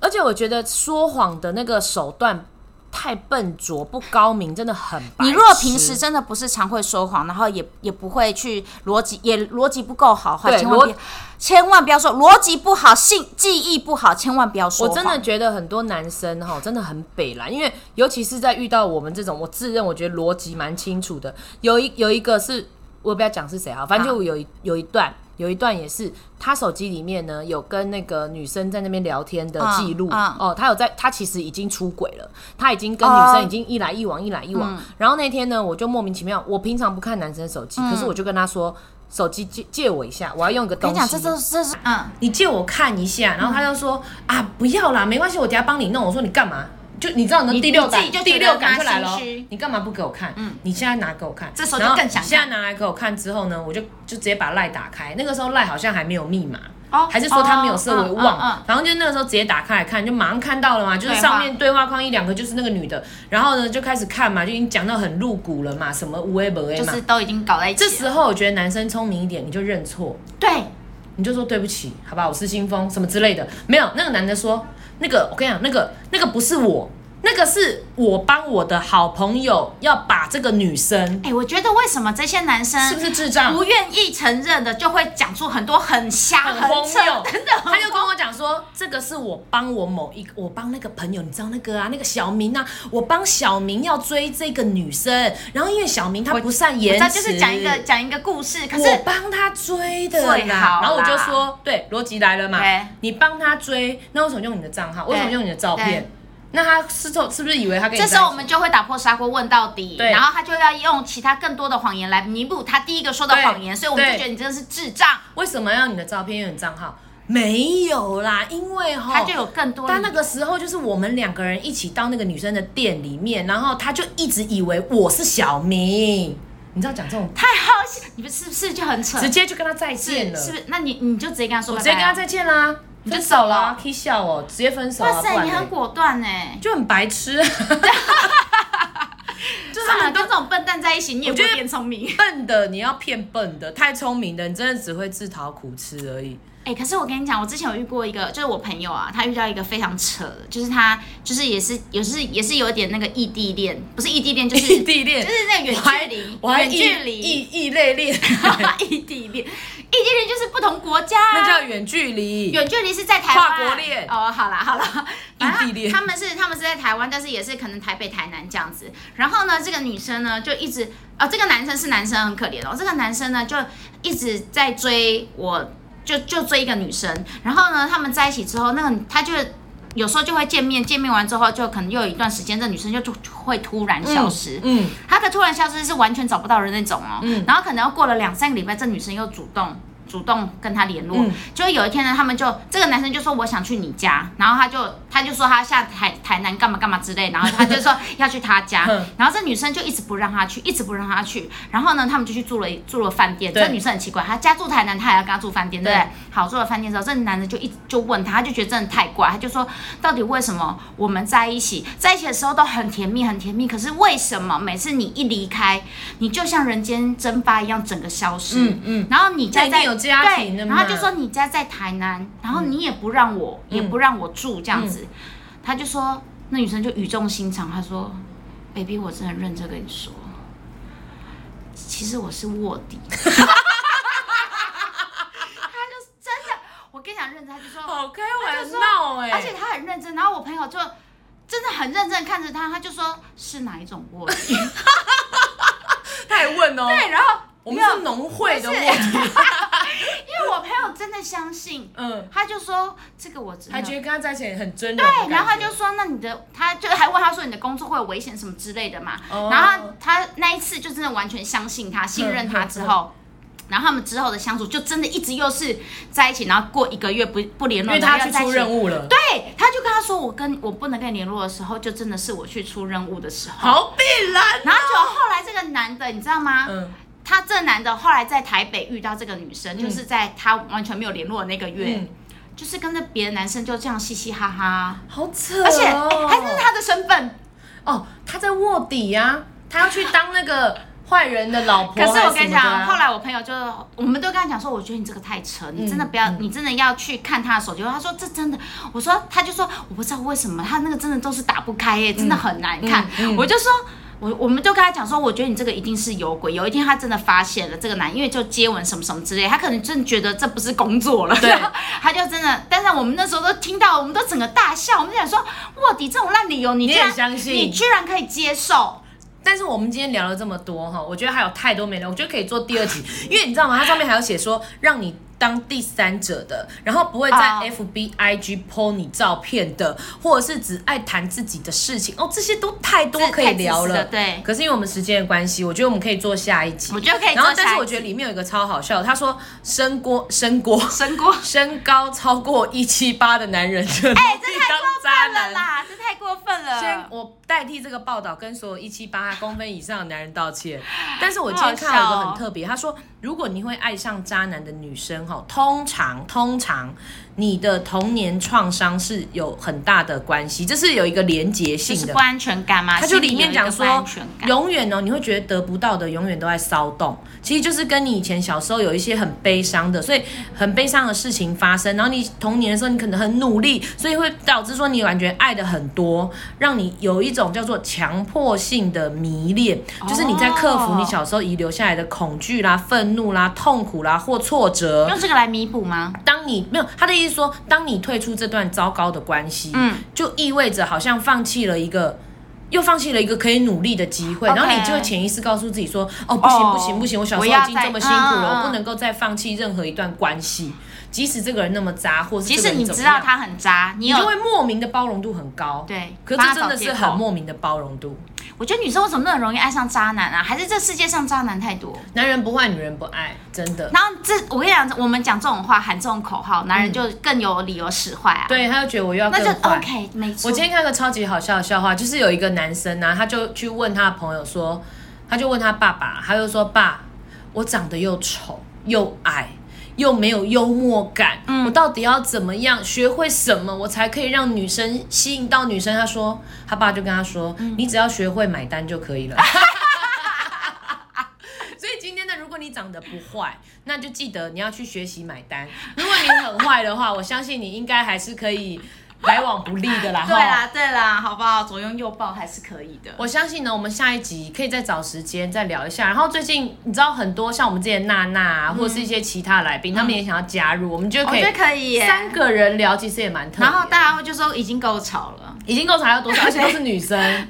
[SPEAKER 1] 而且我觉得说谎的那个手段太笨拙、不高明，真的很白痴。
[SPEAKER 2] 你如果平时真的不是常会说谎，然后也也不会去逻辑，也逻辑不够好的话，
[SPEAKER 1] 对
[SPEAKER 2] 千万不
[SPEAKER 1] 逻
[SPEAKER 2] 要千万不要说逻辑不好，性记忆不好，千万不要说
[SPEAKER 1] 我
[SPEAKER 2] 谎。
[SPEAKER 1] 真的觉得很多男生哈，真的很北蓝，因为尤其是在遇到我们这种，我自认我觉得逻辑蛮清楚的。有一有一个是我不要讲是谁哈，反正就有一有一段。有一段也是，他手机里面呢有跟那个女生在那边聊天的记录、
[SPEAKER 2] 嗯
[SPEAKER 1] 哦，他有在，他其实已经出轨了，他已经跟女生已经一来一往，一来一往。
[SPEAKER 2] 哦
[SPEAKER 1] 然后那天呢，我就莫名其妙，我平常不看男生手
[SPEAKER 2] 嗯
[SPEAKER 1] 机，可是我就跟他说，手机借借我一下，我要用一个
[SPEAKER 2] 跟
[SPEAKER 1] 东
[SPEAKER 2] 你
[SPEAKER 1] 西。
[SPEAKER 2] 讲，这这这是嗯，
[SPEAKER 1] 你借我看一下，然后他就说、啊，不要啦，没关系，我等下帮你弄。我说你干嘛？就你知道你的
[SPEAKER 2] 你
[SPEAKER 1] 第六感
[SPEAKER 2] 你自，己就觉
[SPEAKER 1] 第
[SPEAKER 2] 得
[SPEAKER 1] 六感就来了
[SPEAKER 2] 他
[SPEAKER 1] 哦
[SPEAKER 2] 心虚，
[SPEAKER 1] 你干嘛不给我看？嗯，你现在拿给我看，
[SPEAKER 2] 这时候就
[SPEAKER 1] 然后
[SPEAKER 2] 更想看
[SPEAKER 1] 现在拿来给我看之后呢，我就就直接把赖打开。那个时候赖好像还没有密码。
[SPEAKER 2] 哦
[SPEAKER 1] 还是说他没有设为
[SPEAKER 2] 嗯
[SPEAKER 1] 忘，
[SPEAKER 2] 嗯嗯
[SPEAKER 1] 反正就那个时候直接打开来看，就马上看到了嘛，就是
[SPEAKER 2] 对话
[SPEAKER 1] 上面对话框一两个就是那个女的，然后呢就开始看嘛，就已经讲到很露骨了嘛，什么无 A 不 A
[SPEAKER 2] 就
[SPEAKER 1] 嘛
[SPEAKER 2] 是。都已经搞在一起
[SPEAKER 1] 这
[SPEAKER 2] 了。
[SPEAKER 1] 时候我觉得男生聪明一点，你就认错，
[SPEAKER 2] 对，
[SPEAKER 1] 你就说对不起，好吧，我是新风什么之类的。没有，那个男的说，那个我跟你讲，那个那个不是我，那个是我帮我的好朋友要把这个女生，
[SPEAKER 2] 哎、我觉得为什么这些男生
[SPEAKER 1] 是不是智障？
[SPEAKER 2] 不愿意承认的，就会讲出很多很瞎、
[SPEAKER 1] 很
[SPEAKER 2] 很
[SPEAKER 1] 荒
[SPEAKER 2] 扯
[SPEAKER 1] 谬，
[SPEAKER 2] 真的很
[SPEAKER 1] 他就跟我讲说，这个是我帮我某一个，我帮那个朋友，你知道那个啊，那个小明啊，我帮小明要追这个女生，然后因为小明他不善言
[SPEAKER 2] 我知道
[SPEAKER 1] 辞，
[SPEAKER 2] 就是讲一个讲一个故事，可
[SPEAKER 1] 我
[SPEAKER 2] 是
[SPEAKER 1] 帮他追的
[SPEAKER 2] 最
[SPEAKER 1] 啦，
[SPEAKER 2] 好啦
[SPEAKER 1] 然后我就说，对，逻辑来了嘛
[SPEAKER 2] 对，
[SPEAKER 1] 你帮他追，那为什么用你的账号？为什么用你的照片
[SPEAKER 2] 对？
[SPEAKER 1] 那他是不是不是以为他跟你
[SPEAKER 2] 这
[SPEAKER 1] 在一起？
[SPEAKER 2] 时候我们就会打破砂锅问到底，
[SPEAKER 1] 对
[SPEAKER 2] 然后他就要用其他更多的谎言来弥补他第一个说的
[SPEAKER 1] 对
[SPEAKER 2] 谎言，所以我们
[SPEAKER 1] 对
[SPEAKER 2] 就觉得你真的是智障，
[SPEAKER 1] 为什么要你的照片、用你的账号？没有啦，因为哈，
[SPEAKER 2] 他就有更多
[SPEAKER 1] 哦
[SPEAKER 2] 理
[SPEAKER 1] 但那个时候就是我们两个人一起到那个女生的店里面，然后他就一直以为我是小明，你知道讲这种，
[SPEAKER 2] 太好笑，你们是不是就很扯？
[SPEAKER 1] 直接就跟他再见
[SPEAKER 2] 是
[SPEAKER 1] 了，
[SPEAKER 2] 是不是？那你你就直接跟他说
[SPEAKER 1] 我
[SPEAKER 2] 拜
[SPEAKER 1] 直
[SPEAKER 2] 拜
[SPEAKER 1] 接
[SPEAKER 2] 啊，
[SPEAKER 1] 跟他再见啦，
[SPEAKER 2] 你就
[SPEAKER 1] 分手
[SPEAKER 2] 走
[SPEAKER 1] 啦
[SPEAKER 2] 了，
[SPEAKER 1] k 笑哦，直接分手啊，
[SPEAKER 2] 哇
[SPEAKER 1] 不
[SPEAKER 2] 塞，
[SPEAKER 1] 然
[SPEAKER 2] 你
[SPEAKER 1] 嘞
[SPEAKER 2] 很果断哎！
[SPEAKER 1] 就很白痴，就是他
[SPEAKER 2] 算了，
[SPEAKER 1] 们都
[SPEAKER 2] 跟这种笨蛋在一起，你也
[SPEAKER 1] 我
[SPEAKER 2] 不
[SPEAKER 1] 觉得
[SPEAKER 2] 会变聪明。
[SPEAKER 1] 笨的，你要骗笨的，太聪明的，你真的只会自讨苦吃而 已。
[SPEAKER 2] 哎、可是我跟你讲，我之前有遇过一个，就是我朋友啊，他遇到一个非常扯的，就是他就是也是也是也是有点那个异地恋，不是异地恋，就是
[SPEAKER 1] 异地恋
[SPEAKER 2] 就是那个远
[SPEAKER 1] 我还
[SPEAKER 2] 距离，
[SPEAKER 1] 我还
[SPEAKER 2] 远
[SPEAKER 1] 异
[SPEAKER 2] 距离，
[SPEAKER 1] 异异类 恋，
[SPEAKER 2] 异地恋，异地恋就是不同国家、
[SPEAKER 1] 那
[SPEAKER 2] 啊。
[SPEAKER 1] 叫远距离。
[SPEAKER 2] 远距离是在台湾，
[SPEAKER 1] 跨国恋
[SPEAKER 2] 哦，好啦好啦，反正
[SPEAKER 1] 异地恋
[SPEAKER 2] 他们是他们是在台湾，但是也是可能台北、台南这样子。然后呢，这个女生呢就一直，啊、这个男生是男生很可怜哦，这个男生呢就一直在追我，就就追一个女生。然后呢，他们在一起之后，那个他就。有时候就会见面，见面完之后就可能又有一段时间，这女生就突会突然消失。
[SPEAKER 1] 嗯，
[SPEAKER 2] 他可突然消失是完全找不到人那种哦。然后可能要过了两三个礼拜，这女生又主动主动跟他联络，
[SPEAKER 1] 嗯
[SPEAKER 2] 就有一天呢，他们就这个男生就说我想去你家，然后他就他就说他下台台南干嘛干嘛之类，然后他就 说要去他家
[SPEAKER 1] 嗯，
[SPEAKER 2] 然后这女生就一直不让他去，一直不让他去，然后呢，他们就去住了一住了饭店。
[SPEAKER 1] 对
[SPEAKER 2] 这女生很奇怪，她家住台南，她还要跟他住饭店，对不
[SPEAKER 1] 对
[SPEAKER 2] 对？好，住了饭店之后，这男的就一直就问他，他就觉得真的太怪，他就说到底为什么我们在一起，在一起的时候都很甜蜜，很甜蜜，可是为什么每次你一离开，你就像人间蒸发一样，整个消失？
[SPEAKER 1] 嗯嗯
[SPEAKER 2] 然后你
[SPEAKER 1] 那
[SPEAKER 2] 家
[SPEAKER 1] 一
[SPEAKER 2] 在
[SPEAKER 1] 定有家庭的
[SPEAKER 2] 对，
[SPEAKER 1] 嘛
[SPEAKER 2] 然后就说你家在台南，然后你也不让我，
[SPEAKER 1] 嗯
[SPEAKER 2] 也不让我住这样子，他就说那女生就语重心长，她说，baby，我真的认真跟你说。 其实我是卧底。他就真的，我跟跟你讲认真，他就说，
[SPEAKER 1] 好开
[SPEAKER 2] 他
[SPEAKER 1] 玩
[SPEAKER 2] 就说
[SPEAKER 1] 闹哎、
[SPEAKER 2] 而且他很认真，然后我朋友就真的很认真地看着他，他就说是哪一种卧底？
[SPEAKER 1] 他还问哦、
[SPEAKER 2] 对，然后
[SPEAKER 1] 我们是农会的问题，
[SPEAKER 2] 因为我朋友真的相信，
[SPEAKER 1] 嗯，
[SPEAKER 2] 他就说这个我知道
[SPEAKER 1] 还。觉得跟他在一起很真人的感觉，
[SPEAKER 2] 对，然后他就说：“那你的，他就还问他说你的工作会有危险什么之类的嘛。
[SPEAKER 1] 哦嗯
[SPEAKER 2] 然后他那一次就真的完全相信他、信任他之后，然后他们之后的相处就真的一直又是在一起，然后过一个月不不联
[SPEAKER 1] 因
[SPEAKER 2] 络，
[SPEAKER 1] 为他
[SPEAKER 2] 然后
[SPEAKER 1] 去
[SPEAKER 2] 又在一
[SPEAKER 1] 出
[SPEAKER 2] 起
[SPEAKER 1] 任务了，
[SPEAKER 2] 对，他就跟他说：“我跟我不能跟你联络的时候，就真的是我去出任务的时 候。
[SPEAKER 1] 好必然”
[SPEAKER 2] 然后就后来这个男的，你知道吗？
[SPEAKER 1] 嗯，
[SPEAKER 2] 他这男的后来在台北遇到这个女生，就是在他完全没有联络的那个月，
[SPEAKER 1] 嗯
[SPEAKER 2] 就是跟着别的男生就这样嘻嘻哈哈，
[SPEAKER 1] 好扯、哦，
[SPEAKER 2] 而且、哎还是他的身份。
[SPEAKER 1] 哦，他在卧底呀、他要去当那个坏人的老婆
[SPEAKER 2] 可
[SPEAKER 1] 还什么的啊。
[SPEAKER 2] 是我跟你讲，后来我朋友就，我们都跟他讲说，我觉得你这个太扯，你真的不
[SPEAKER 1] 嗯
[SPEAKER 2] 要，你真的要去看他的手机。他说这真的，我说他就说我不知道为什么他那个真的都是打不开
[SPEAKER 1] 嗯
[SPEAKER 2] 耶，真的很难看。我就说。我我们就跟他讲说，我觉得你这个一定是有鬼。有一天他真的发现了这个男，因为就接吻什么什么之类，他可能真的觉得这不是工作了，
[SPEAKER 1] 对
[SPEAKER 2] 然后 他就真的。但是我们那时候都听到，我们都整个大笑，我们就想说，卧底这种烂理由，你
[SPEAKER 1] 你
[SPEAKER 2] 居
[SPEAKER 1] 也
[SPEAKER 2] 然
[SPEAKER 1] 相信
[SPEAKER 2] 你居然可以接受？
[SPEAKER 1] 但是我们今天聊了这么多哈，我觉得还有太多没聊，我觉得可以做第二 集，因为你知道吗？它上面还有写说让你当第三者的，然后不会在
[SPEAKER 2] 哦
[SPEAKER 1] F B I G po 你照片的，或者是只爱谈自己的事情哦，这些都太多
[SPEAKER 2] 这
[SPEAKER 1] 可以
[SPEAKER 2] 太自
[SPEAKER 1] 聊
[SPEAKER 2] 私
[SPEAKER 1] 了。
[SPEAKER 2] 了对
[SPEAKER 1] 可是因为我们时间的关系，我觉得我们可以做下一集。
[SPEAKER 2] 我觉得可以
[SPEAKER 1] 然后
[SPEAKER 2] 做，下一集
[SPEAKER 1] 但是我觉得里面有一个超好笑的，他说身锅身锅。
[SPEAKER 2] 神锅。
[SPEAKER 1] 身高超过一七八的男人就
[SPEAKER 2] 哎、
[SPEAKER 1] 哎
[SPEAKER 2] 这太过分了啦！这太过分
[SPEAKER 1] 先
[SPEAKER 2] 了。
[SPEAKER 1] 我代替这个报道跟所有一七八公分以上的男人道歉。但是我今天看到一个很特别，他说，如果你会爱上渣男的女生，哈，通常通常你的童年创伤是有很大的关系，这是有一个连结
[SPEAKER 2] 就
[SPEAKER 1] 性
[SPEAKER 2] 是
[SPEAKER 1] 的
[SPEAKER 2] 不。安全感嘛，
[SPEAKER 1] 他就里面讲
[SPEAKER 2] 心
[SPEAKER 1] 说
[SPEAKER 2] 里有一个不安全，感，
[SPEAKER 1] 永远哦，你会觉得得不到的，永远都在骚动。其实就是跟你以前小时候有一些很悲伤的，所以很悲伤的事情发生，然后你童年的时候你可能很努力，所以会导致说你感觉爱的很多，让你有一种叫做强迫性的迷恋，
[SPEAKER 2] 哦
[SPEAKER 1] 就是你在克服你小时候遗留下来的恐惧啦、愤怒啦、痛苦啦或挫折。
[SPEAKER 2] 用这个来弥补吗？
[SPEAKER 1] 当你没有他的意思说，当你退出这段糟糕的关系，
[SPEAKER 2] 嗯，
[SPEAKER 1] 就意味着好像放弃了一个。又放弃了一个可以努力的机会，然
[SPEAKER 2] OK
[SPEAKER 1] 后你就会潜意识告诉自己说：“哦，不行
[SPEAKER 2] 哦
[SPEAKER 1] 不行不行，我小
[SPEAKER 2] 我
[SPEAKER 1] 时候
[SPEAKER 2] 要
[SPEAKER 1] 已经这么
[SPEAKER 2] 再
[SPEAKER 1] 辛苦
[SPEAKER 2] 嗯
[SPEAKER 1] 了，
[SPEAKER 2] 嗯
[SPEAKER 1] 我不
[SPEAKER 2] 嗯
[SPEAKER 1] 能够再放弃任何一段关系，即使这个人那么渣，或是
[SPEAKER 2] 即
[SPEAKER 1] 这个
[SPEAKER 2] 使
[SPEAKER 1] 人
[SPEAKER 2] 你
[SPEAKER 1] 怎么
[SPEAKER 2] 知道
[SPEAKER 1] 样，
[SPEAKER 2] 他很渣，你
[SPEAKER 1] 你
[SPEAKER 2] 有
[SPEAKER 1] 就会莫名的包容度很高。，
[SPEAKER 2] 对，
[SPEAKER 1] 可是
[SPEAKER 2] 帮
[SPEAKER 1] 这
[SPEAKER 2] 他
[SPEAKER 1] 真
[SPEAKER 2] 找
[SPEAKER 1] 的
[SPEAKER 2] 借
[SPEAKER 1] 是
[SPEAKER 2] 口
[SPEAKER 1] 很。莫名的包容度。
[SPEAKER 2] 我觉得女生为什么那么容易爱上渣男啊？还是这世界上渣男太多？
[SPEAKER 1] 男人不坏，女人不爱，真的。
[SPEAKER 2] 然后这我跟你讲，我们讲这种话，喊这种口号，男人就更有理由使坏啊。，
[SPEAKER 1] 对，他就觉得我又要
[SPEAKER 2] 那
[SPEAKER 1] 更
[SPEAKER 2] 就
[SPEAKER 1] 坏。
[SPEAKER 2] OK，没错。
[SPEAKER 1] 我今天看个超级好笑的笑话，就是有一个男生啊，他就去问他的朋友说，他就问他爸爸，他就说爸，我长得又丑又矮。又没有幽默感，
[SPEAKER 2] 嗯
[SPEAKER 1] 我到底要怎么样学会什么，我才可以让女生吸引到女生？他说，他爸就跟他说，
[SPEAKER 2] 嗯
[SPEAKER 1] 你只要学会买单就可 以了。所以今天呢，如果你长得不坏，那就记得你要去学习买单。如果你很坏的话，我相信你应该还是可以来往不利的啦。
[SPEAKER 2] 对
[SPEAKER 1] 哈
[SPEAKER 2] 啦对啦，好不好？左拥右抱还是可以的。
[SPEAKER 1] 我相信呢，我们下一集可以再找时间再聊一下。然后最近你知道很多像我们之前娜娜啊，或者是一些其他来宾，他们也想要加入，我们就
[SPEAKER 2] 我
[SPEAKER 1] 可
[SPEAKER 2] 觉
[SPEAKER 1] 以
[SPEAKER 2] 得嗯哦可以耶。
[SPEAKER 1] 三个人聊，其实也蛮特别的。
[SPEAKER 2] 然后大家会就说已经够吵了。
[SPEAKER 1] 已经够查到多 少，而且都是女生。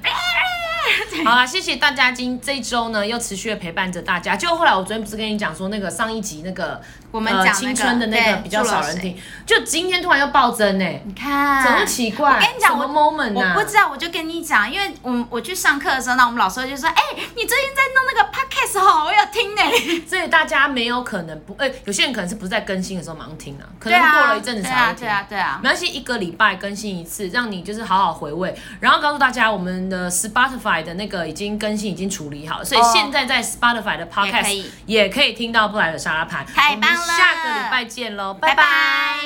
[SPEAKER 1] 好啦，谢谢大家今这一周呢，又持续的陪伴着大家。就后来我昨天不是跟你讲说，那个上一集那个
[SPEAKER 2] 我们
[SPEAKER 1] 呃
[SPEAKER 2] 讲那个
[SPEAKER 1] 青春的那个
[SPEAKER 2] 对
[SPEAKER 1] 比较少
[SPEAKER 2] 祝老
[SPEAKER 1] 人
[SPEAKER 2] 师
[SPEAKER 1] 听，就今天突然又暴增呢、
[SPEAKER 2] 你看，
[SPEAKER 1] 怎么奇怪？
[SPEAKER 2] 我跟你讲，
[SPEAKER 1] 什
[SPEAKER 2] 我
[SPEAKER 1] 么 moment 啊？
[SPEAKER 2] 我不知道，我就跟你讲，因为我我去上课的时候，那我们老师就说：“哎、你最近在弄那个 podcast 哦，我有听呢。
[SPEAKER 1] 所以大家没有可能不，哎、有些人可能是不是在更新的时候忙听啊，”可
[SPEAKER 2] 对
[SPEAKER 1] 能
[SPEAKER 2] 啊，
[SPEAKER 1] 过了一阵子
[SPEAKER 2] 对
[SPEAKER 1] 才
[SPEAKER 2] 啊
[SPEAKER 1] 会，听。
[SPEAKER 2] 对啊，对啊。
[SPEAKER 1] 没关系，一个礼拜更新一次，让你就是好好回味。然后告诉大家，我们的 Spotify 的那个已经更新，已经处理好了，所以
[SPEAKER 2] 哦
[SPEAKER 1] 现在在 Spotify 的 Podcast
[SPEAKER 2] 以
[SPEAKER 1] 也可以听到布莱尔沙拉盘。
[SPEAKER 2] 太棒了
[SPEAKER 1] 我们下个礼拜见喽，
[SPEAKER 2] 拜
[SPEAKER 1] 拜拜
[SPEAKER 2] 拜